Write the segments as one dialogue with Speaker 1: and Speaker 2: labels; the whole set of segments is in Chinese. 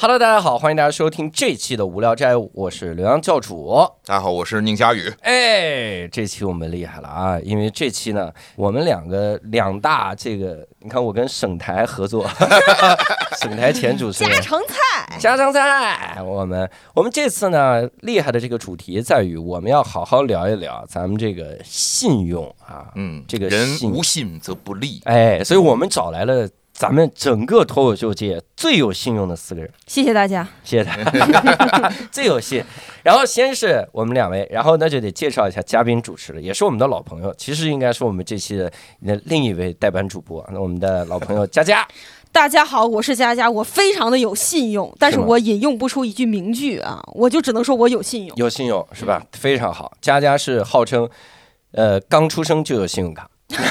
Speaker 1: Hello，大家好，欢迎大家收听这期的无聊斋，我是刘洋教主。
Speaker 2: 大家好，我是宁佳宇。
Speaker 1: 哎，这期我们厉害了啊！因为这期呢，我们两个两大这个，你看我跟省台合作， 省台前主持人
Speaker 3: 家常菜，
Speaker 1: 家常菜，我们我们这次呢厉害的这个主题在于我们要好好聊一聊咱们这个信用啊，
Speaker 2: 嗯，
Speaker 1: 这个
Speaker 2: 人
Speaker 1: 信
Speaker 2: 无信则不立。
Speaker 1: 哎，所以我们找来了咱们整个脱口秀界最有信用的四个人。
Speaker 3: 谢谢大家。
Speaker 1: 谢谢他， 最有戏。然后先是我们两位，然后那就得介绍一下嘉宾主持了，也是我们的老朋友，其实应该是我们这期的另一位代班主播，那我们的老朋友佳佳。
Speaker 3: 大家好，我是佳佳，我非常的有信用，但是我引用不出一句名句啊，我就只能说我有信用。
Speaker 1: 有信用是吧？非常好。佳佳是号称，呃，刚出生就有信用卡，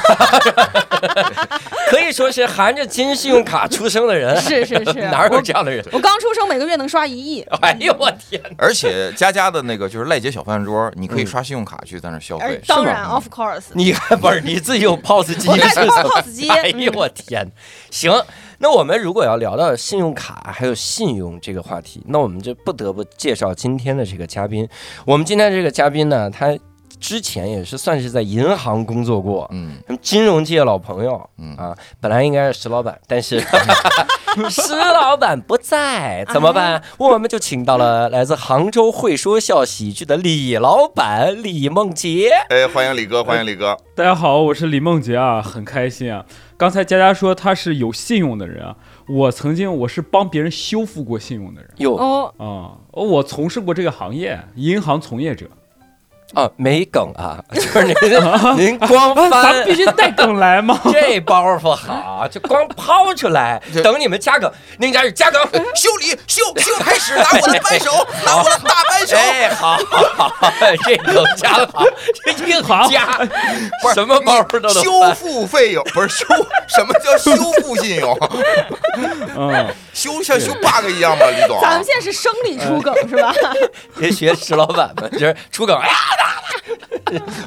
Speaker 1: 可以说是含着金信用卡出生的人，
Speaker 3: 是是是，
Speaker 1: 哪有这样的人？
Speaker 3: 我刚出生，每个月能刷一亿，
Speaker 1: 哎呦我天！
Speaker 2: 而且佳佳的那个就是赖姐小饭桌，你可以刷信用卡去在那儿消
Speaker 3: 而
Speaker 2: 费。
Speaker 3: 哎当然，of 哦 course，
Speaker 1: 你看不是你自己有 POS 机，
Speaker 3: 我带
Speaker 1: 是怎么
Speaker 3: POS 机
Speaker 1: 哎呦我天！行，那我们如果要聊到信用卡还有信用这个话题，那我们就不得不介绍今天的这个嘉宾。我们今天这个嘉宾呢，他之前也是算是在银行工作过。
Speaker 2: 嗯
Speaker 1: 什么金融界老朋友
Speaker 2: 嗯
Speaker 1: 啊，本来应该是石老板，但是石老板不在，怎么办？我们就请到了来自杭州会说笑喜剧的李老板李梦洁。
Speaker 2: 哎，欢迎李哥，欢迎李 哥。
Speaker 4: 大家好，我是李梦洁啊，很开心啊。刚才佳佳说她是有信用的人啊，我曾经我是帮别人修复过信用的人
Speaker 1: 哟，
Speaker 3: 哦，
Speaker 4: 啊、我从事过这个行业，银行从业者，
Speaker 1: 啊，没梗啊， 就是您您光
Speaker 4: 咱们
Speaker 1: 翻
Speaker 4: 必须带梗来吗？
Speaker 1: 这包袱好，就光抛出 来，
Speaker 2: 这
Speaker 1: 等你们加梗，宁佳宇加梗，
Speaker 2: 修理修修开始，拿我的 扳手，拿我的大扳手。
Speaker 1: 哎，好好好， 这梗加的好，这硬
Speaker 4: 好
Speaker 1: 加
Speaker 2: 不是
Speaker 1: 什么包袱都能
Speaker 2: 修
Speaker 1: 翻
Speaker 2: 复费用不是修，什么叫修复信 用？
Speaker 4: 嗯，
Speaker 2: 修像修 bug 一样吗？李总，
Speaker 3: 咱们现在是生理出梗是吧？
Speaker 1: 别学石老板们，就是出梗，哎呀，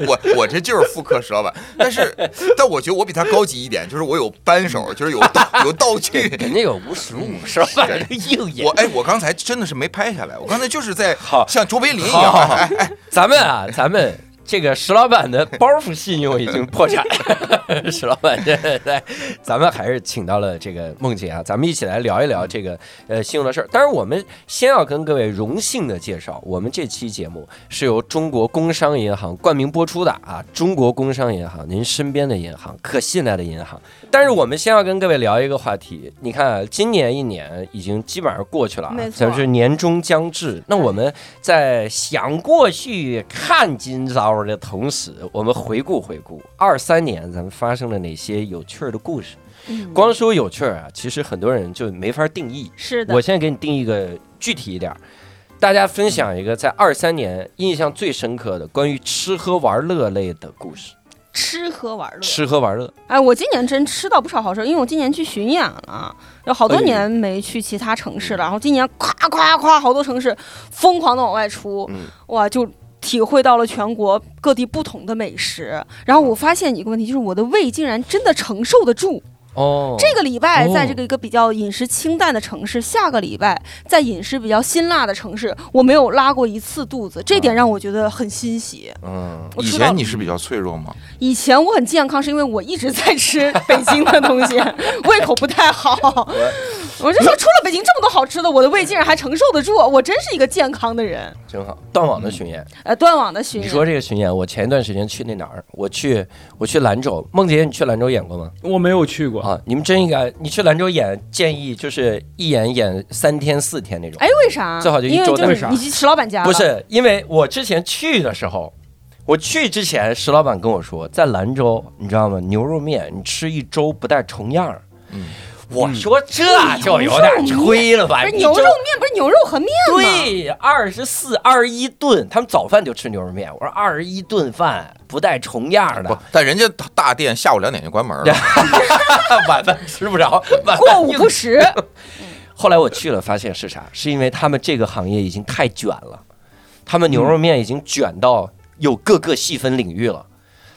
Speaker 2: 我我这就是复刻石老板，但是但我觉得我比他高级一点，就是我有扳手，就是有道有道具，
Speaker 1: 人家有无实物，石老板硬演
Speaker 2: 我。哎，我刚才真的是没拍下来，我刚才就是在
Speaker 1: 好
Speaker 2: 像卓别林一
Speaker 1: 好
Speaker 2: 样，
Speaker 1: 好好
Speaker 2: 哎哎，
Speaker 1: 咱们啊，咱们这个石老板的包袱信用已经破产。 石老板，这来，咱们还是请到了这个梦姐啊，咱们一起来聊一聊这个呃信用的事儿。但是我们先要跟各位荣幸的介绍，我们这期节目是由中国工商银行冠名播出的啊。中国工商银行，您身边的银行，可信赖的银行。但是我们先要跟各位聊一个话题，你看啊今年一年已经基本上过去了啊，
Speaker 3: 没错
Speaker 1: 就是年终将至。那我们在想过去、看今朝的同时，我们回顾回顾二三年咱们发生了哪些有趣儿的故事。
Speaker 3: 嗯
Speaker 1: 光说有趣儿啊，其实很多人就没法定义。
Speaker 3: 是的
Speaker 1: 我，现在给你定一个具体一点儿，大家分享一个在二三年印象最深刻的关于吃喝玩乐类的故事。
Speaker 3: 吃喝玩乐。
Speaker 1: 吃喝玩乐，
Speaker 3: 哎，我今年真吃到不少好吃，因为我今年去巡演了，有好
Speaker 1: 哎
Speaker 3: 多年没去其他城
Speaker 1: 嗯
Speaker 3: 市了，然后今年夸夸夸好多城市疯狂的往外出，
Speaker 1: 嗯
Speaker 3: 哇，就体会到了全国各地不同的美食。然后我发现一个问题，就是我的胃竟然真的承受得住。
Speaker 1: 嗯哦，
Speaker 3: 这个礼拜
Speaker 1: 哦
Speaker 3: 在这个一个比较饮食清淡的城市，下个礼拜在饮食比较辛辣的城市，我没有拉过一次肚子，这点让我觉得很欣喜。
Speaker 1: 嗯，
Speaker 3: 我
Speaker 2: 以
Speaker 3: 吃到
Speaker 2: 前你是比较脆弱吗？
Speaker 3: 以前我很健康，是因为我一直在吃北京的东西，胃口不太好。我就说，出了北京这么多好吃的，我的胃竟然还承受得住，我真是一个健康的人。
Speaker 1: 真好。断网的巡演，
Speaker 3: 呃，断网的巡
Speaker 1: 你
Speaker 3: 演，
Speaker 1: 说这个巡演，我前一段时间去那哪儿？我去，我去兰州。梦姐，你去兰州演过吗？
Speaker 4: 我没有去过，
Speaker 1: 啊，你们真应该，你去兰州演，建议就是一演演三天四天那种。
Speaker 3: 哎，为啥？
Speaker 1: 最好就一
Speaker 3: 因为
Speaker 1: 周
Speaker 3: 就
Speaker 1: 为
Speaker 3: 是
Speaker 4: 啥
Speaker 3: 你去石老板家了
Speaker 1: 不是，因为我之前去的时候，我去之前，石老板跟我说，在兰州，你知道吗？牛肉面你吃一周不带重样儿。
Speaker 2: 嗯
Speaker 1: 我说这就有点吹了吧？
Speaker 3: 不
Speaker 1: 哎
Speaker 3: 是
Speaker 1: 一
Speaker 3: 哎牛肉
Speaker 1: 周
Speaker 3: 面，不是牛肉和面吗？，
Speaker 1: 对，二十四、二十一顿，他们早饭就吃牛肉面。我说二十一顿饭不带重样儿的
Speaker 2: 不，，但人家大店下午两点就关门了。
Speaker 1: 晚饭吃不着，晚
Speaker 3: 过
Speaker 1: 饭
Speaker 3: 午
Speaker 1: 硬
Speaker 3: 不食。
Speaker 1: 后来我去了，发现是啥？是因为他们这个行业已经太卷了，他们牛肉面已经卷到有各个细分领域了。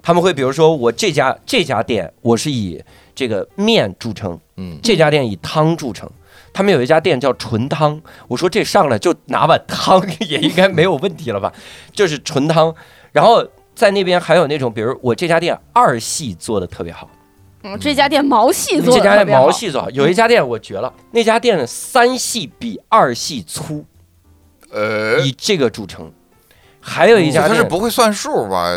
Speaker 1: 他们会比如说，我这家这家店我是以这个面著称，
Speaker 2: 嗯，
Speaker 1: 这家店以汤著称。他们有一家店叫纯汤，我说这上来就拿碗汤也应该没有问题了吧？ 就是纯汤，然后在那边还有那种，比如我这家店二系做的特别好，
Speaker 3: 嗯，这家店毛细做
Speaker 1: 这
Speaker 3: 的
Speaker 1: 家
Speaker 3: 特
Speaker 1: 店
Speaker 3: 别好嗯
Speaker 1: 毛，细做好，有一家店我绝了，那家店的三系比二系粗，
Speaker 2: 呃，
Speaker 1: 以这个著称。还有一
Speaker 3: 哦
Speaker 1: 家
Speaker 2: 他是
Speaker 1: 店，
Speaker 2: 不会算数吧？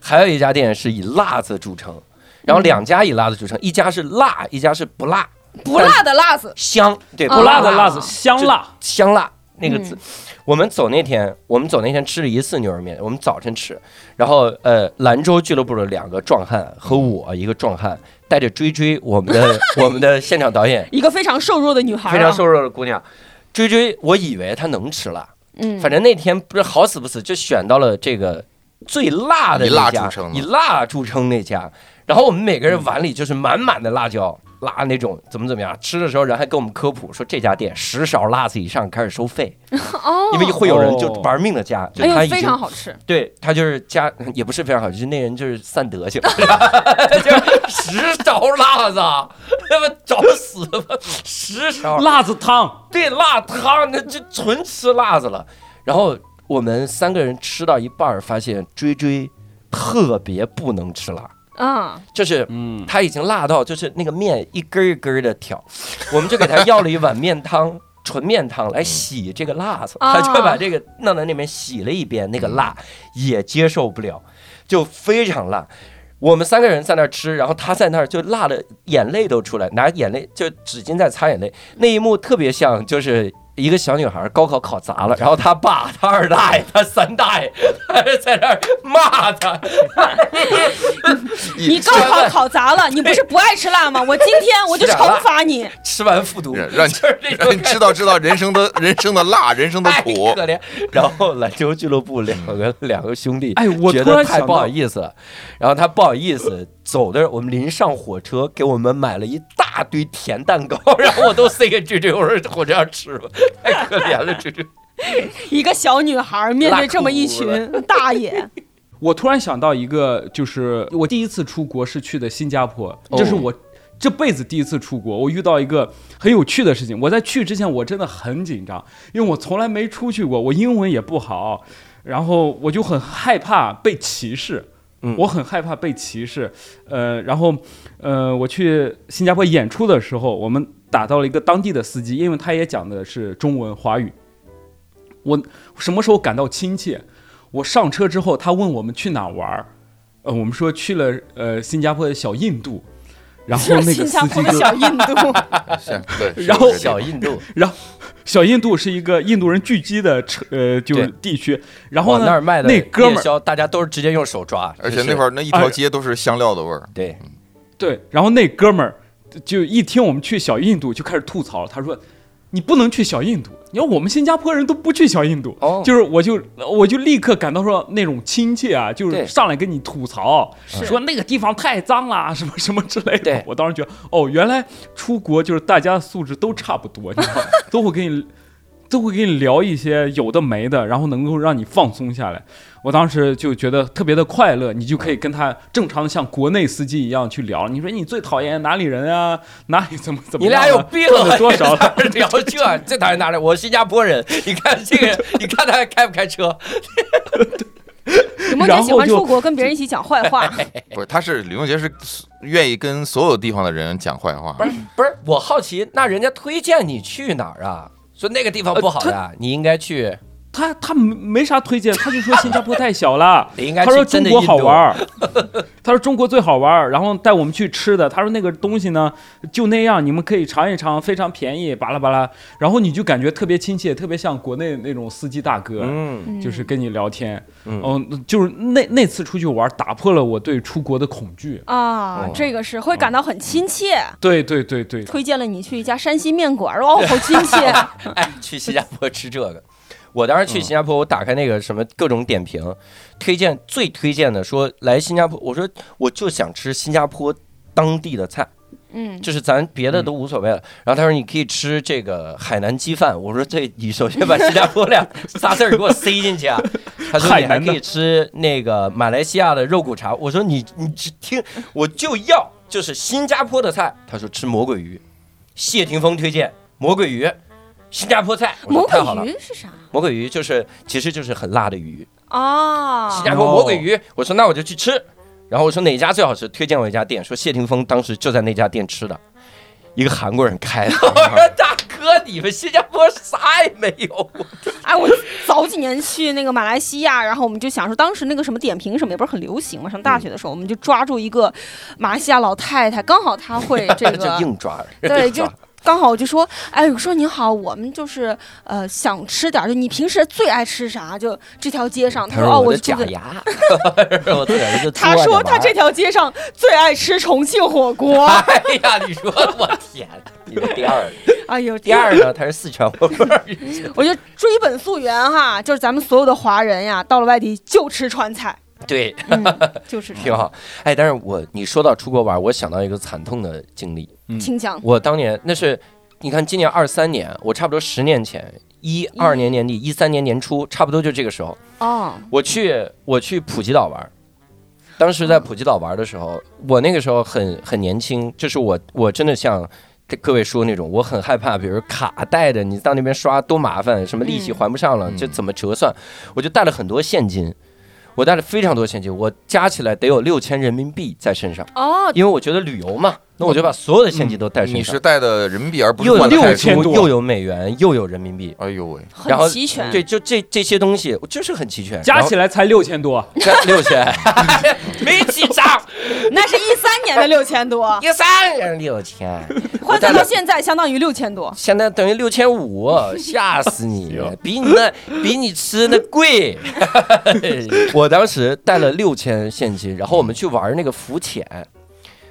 Speaker 1: 还有一家店是以辣子著称，然后
Speaker 3: 嗯
Speaker 1: 两家以辣子著称，一家是辣，一家是不辣，
Speaker 3: 不辣的辣子，
Speaker 1: 香，对，
Speaker 3: 啊
Speaker 1: 不
Speaker 4: 不辣
Speaker 1: 辣
Speaker 4: 的
Speaker 1: 的
Speaker 4: 辣子，香辣。
Speaker 1: 香辣那个
Speaker 3: 嗯
Speaker 1: 字。我们走那天，我们走那天吃了一次牛肉面，我们早晨吃，然后呃，兰州俱乐部的两个壮汉和我一个壮汉带着追追，我们的 我们的现场导演，
Speaker 3: 一个非常瘦弱的女孩、啊，
Speaker 1: 非常，瘦弱的姑娘，追追，我以为她能吃辣，
Speaker 3: 嗯，
Speaker 1: 反正那天不是好死不死就选到了这个最辣的
Speaker 2: 以辣
Speaker 1: 那家
Speaker 2: 著称，的嗯
Speaker 1: 以辣著称那家。然后我们每个人碗里就是满满的辣椒，辣那种怎么怎么样。吃的时候人还跟我们科普说这家店十勺辣子以上开始收费，
Speaker 3: 哦，
Speaker 1: 因为会有人就
Speaker 4: 哦
Speaker 1: 玩命的加，就
Speaker 3: 哎
Speaker 1: 他已
Speaker 3: 呦非
Speaker 1: 经
Speaker 3: 常好吃，
Speaker 1: 对他就是加也不是非常好，就是那人就是散德 性， 就是十勺辣子， 那不找死吧，十勺
Speaker 4: 辣子汤，
Speaker 1: 对辣汤，那就纯吃辣子了。然后我们三个人吃到一半儿，发现追追特别不能吃辣，
Speaker 3: 嗯，
Speaker 1: 就是
Speaker 4: 嗯，
Speaker 1: 他已经辣到就是那个面一根儿一根儿的挑，我们就给他要了一碗面汤。 纯面汤来洗这个辣子，
Speaker 3: 啊
Speaker 1: 他就把这个弄到那边洗了一遍，那个辣也接受不了，就非常辣。我们三个人在那儿吃，然后他在那儿就辣的眼泪都出来，拿眼泪就纸巾在擦眼泪，那一幕特别像就是。一个小女孩高考考砸了，然后她爸、她二大爷、她三大爷，她在那儿骂她，
Speaker 3: 你高考考砸了，你不是不爱吃辣吗？我今天我就惩罚你，
Speaker 1: 吃完复读，
Speaker 2: 让让
Speaker 1: 就是那种
Speaker 2: 让你知道知道人生的人生的辣，人生的
Speaker 1: 太
Speaker 2: 苦。 嗯
Speaker 1: 可怜。然后兰州俱乐部两个两个兄弟，
Speaker 4: 哎我
Speaker 1: 觉
Speaker 4: 突
Speaker 1: 得
Speaker 4: 然
Speaker 1: 太
Speaker 4: 想
Speaker 1: 不好
Speaker 4: 到，
Speaker 1: 意思了，然后他不好意思走的，我们临上火车给我们买了一大堆甜蛋糕， 然后我都塞给追追，我说火车上吃吧， 太可怜了追 追。
Speaker 3: 一个小女孩面对这么一群大爷，
Speaker 4: 我突然想到一个，就是我第一次出国是去的新加坡，
Speaker 1: 哦
Speaker 4: 这是我这辈子第一次出国，我遇到一个很有趣的事情。我在去之前我真的很紧张，因为我从来没出去过，我英文也不好，然后我就很害怕被歧视。
Speaker 1: 嗯
Speaker 4: 我很害怕被歧视，呃，然后，呃，我去新加坡演出的时候，我们打到了一个当地的司机，因为他也讲的是中文华语。我什么时候感到亲切？我上车之后，他问我们去哪儿玩儿，呃，我们说去了呃新加坡的小印度，然 后那个
Speaker 3: 新加
Speaker 4: 司
Speaker 3: 坡
Speaker 4: 机
Speaker 3: 的
Speaker 4: 就
Speaker 3: 小印度，
Speaker 2: 是对，
Speaker 4: 然后
Speaker 2: 是
Speaker 1: 小
Speaker 2: 这
Speaker 1: 印度
Speaker 4: 然后小印度是一个印度人聚集的车呃就是
Speaker 1: 对
Speaker 4: 地区，然后
Speaker 1: 往
Speaker 4: 呢
Speaker 1: 那儿卖的
Speaker 4: 那哥们
Speaker 1: 夜
Speaker 4: 儿
Speaker 1: 宵，大家都是直接用手抓，
Speaker 2: 而且
Speaker 1: 就
Speaker 2: 那
Speaker 1: 是
Speaker 2: 块儿那一条街都是香料的味儿。
Speaker 1: 对
Speaker 4: 对，然后那哥们儿就一听我们去小印度就开始吐槽，他说：“你不能去小印度，你看我们新加坡人都不去小印度。
Speaker 1: 哦
Speaker 4: 就是我就我就立刻感到说那种亲切啊，就
Speaker 1: 对
Speaker 4: 是上来跟你吐槽，
Speaker 3: 是
Speaker 4: 说那个地方太脏啦， 什么什么之类的
Speaker 1: 对。
Speaker 4: 我当时觉得哦，原来出国就是大家素质都差不多，你 知道吗都会跟你。都会跟你聊一些有的没的，然后能够让你放松下来。我当时就觉得特别的快乐，你就可以跟他正常的像国内司机一样去聊。你说你最讨厌哪里人啊？ 哪里怎么怎么
Speaker 1: 你
Speaker 4: 样啊？
Speaker 1: 俩有病
Speaker 4: 赚
Speaker 1: 啊！
Speaker 4: 了多 少了？
Speaker 1: 聊这最讨厌哪里？我是新加坡人，你看这个，你看他还开不开车？
Speaker 3: 李梦洁喜欢出国跟别人一起讲坏话，
Speaker 2: 不是，他是李梦洁是愿意跟所有地方的人讲坏话
Speaker 1: 不。是不是，我好奇，那人家推荐你去哪儿啊？说那个地方不好呀，你应该去，，
Speaker 4: 他他没没啥推荐，他就说新加坡太小了
Speaker 1: 你 应该
Speaker 4: 他说
Speaker 1: 去
Speaker 4: 中
Speaker 1: 真的
Speaker 4: 国
Speaker 1: 印
Speaker 4: 好
Speaker 1: 度。
Speaker 4: 玩儿， 他说中国最好玩儿，然后带我们去吃的，他说那个东西呢就那样，你们可以尝一尝，非常便宜，巴拉巴拉，然后你就感觉特别亲切，特别像国内那种司机大哥，
Speaker 1: 嗯，
Speaker 4: 就是跟你聊天，
Speaker 1: 嗯
Speaker 4: 哦，就是那那次出去玩儿打破了我对出国的恐惧，
Speaker 3: 啊，这个是会感到很亲切。
Speaker 4: 对对对对，
Speaker 3: 推荐了你去一家山西面馆，哦，好亲切，
Speaker 1: 哎，去新加坡吃这个。我当时去新加坡，我打开那个什么各种点评，推荐最推荐的说来新加坡，我说我就想吃新加坡当地的菜，
Speaker 3: 嗯，
Speaker 1: 就是咱别的都无所谓了。然后他说你可以吃这个海南鸡饭，我说这你首先把新加坡俩 仨字儿给我塞进去啊。他说
Speaker 4: 海
Speaker 1: 你还
Speaker 4: 南的
Speaker 1: 可以吃那个马来西亚的肉骨茶，我说你你只听我就要就是新加坡的菜，他说吃魔鬼鱼，谢霆锋推荐魔鬼鱼，新加坡菜，我
Speaker 3: 魔
Speaker 1: 说太好了
Speaker 3: 鬼。鱼是啥
Speaker 1: 魔鬼鱼就是其实就是很辣的鱼，
Speaker 3: 啊
Speaker 1: 新？加坡魔鬼鱼。我说那我就去吃，然后我说哪家最好吃，推荐我一家店，说谢霆锋当时就在那家店吃的，一个韩国人开的。我说大哥，你们新加坡啥也没有，
Speaker 3: 哎，我早几年去那个马来西亚，然后我们就想说，当时那个什么点评什么也不是很流行嘛。上大学的时候，我们就抓住一个马来西亚老太太，刚好她会 这
Speaker 1: 就
Speaker 3: 个，
Speaker 1: 硬抓。
Speaker 3: 对，就刚好我就说，哎，我说您好，我们就是呃想吃点儿，就你平时最爱吃啥？就这条街上，
Speaker 1: 他
Speaker 3: 说哦，
Speaker 1: 说我的
Speaker 3: 是住
Speaker 1: 假
Speaker 3: 在。
Speaker 1: 牙，我自个儿就嘬
Speaker 3: 他
Speaker 1: 着
Speaker 3: 说
Speaker 1: 玩。
Speaker 3: 他这条街上最爱吃重庆火 锅
Speaker 1: 哎呀，你说我天，你们第二，
Speaker 3: 哎呦，
Speaker 1: 第二呢，他是四川火锅，
Speaker 3: 我就追本溯源哈，就是咱们所有的华人呀，到了外地就吃川菜，
Speaker 1: 对，
Speaker 3: 嗯，就吃川
Speaker 1: 挺好。哎，但是我你说到出国玩，我想到一个惨痛的经历。
Speaker 3: 清江，
Speaker 1: 我当年那是，你看今年二三年，我差不多十年前，一二年年底，一三年年初，差不多就这个时候，
Speaker 3: 哦，
Speaker 1: 我去我去普吉岛玩儿。当时在普吉岛玩的时候，我那个时候很很年轻，就是我我真的像各位说那种，我很害怕，比如卡带着你到那边刷多麻烦，什么利息还不上了，
Speaker 2: 嗯
Speaker 1: 这怎么折算？我就带了很多现金，我带了非常多现金，我加起来得有六千人民币在身上，
Speaker 3: 哦，
Speaker 1: 因为我觉得旅游嘛，那我就把所有的现金都带身上。
Speaker 2: 你是带的人民币，而不是
Speaker 1: 又有
Speaker 2: 换的泰铢
Speaker 1: 泰铢
Speaker 4: 多
Speaker 1: 又有美元，又有人民币，
Speaker 2: 哎呦喂，
Speaker 1: 然后
Speaker 3: 很齐全，
Speaker 1: 对，就这这些东西就是很齐全，
Speaker 4: 加起来才六千多，
Speaker 1: 来六 千，没记账，
Speaker 3: 那是一三年的六 千多，
Speaker 1: 一三人六千，
Speaker 3: 换算到现在相当于六千多。
Speaker 1: 现在等于六千五，吓死你！比你那比你吃那 贵。我当时带了六千现金，然后我们去玩那个浮潜，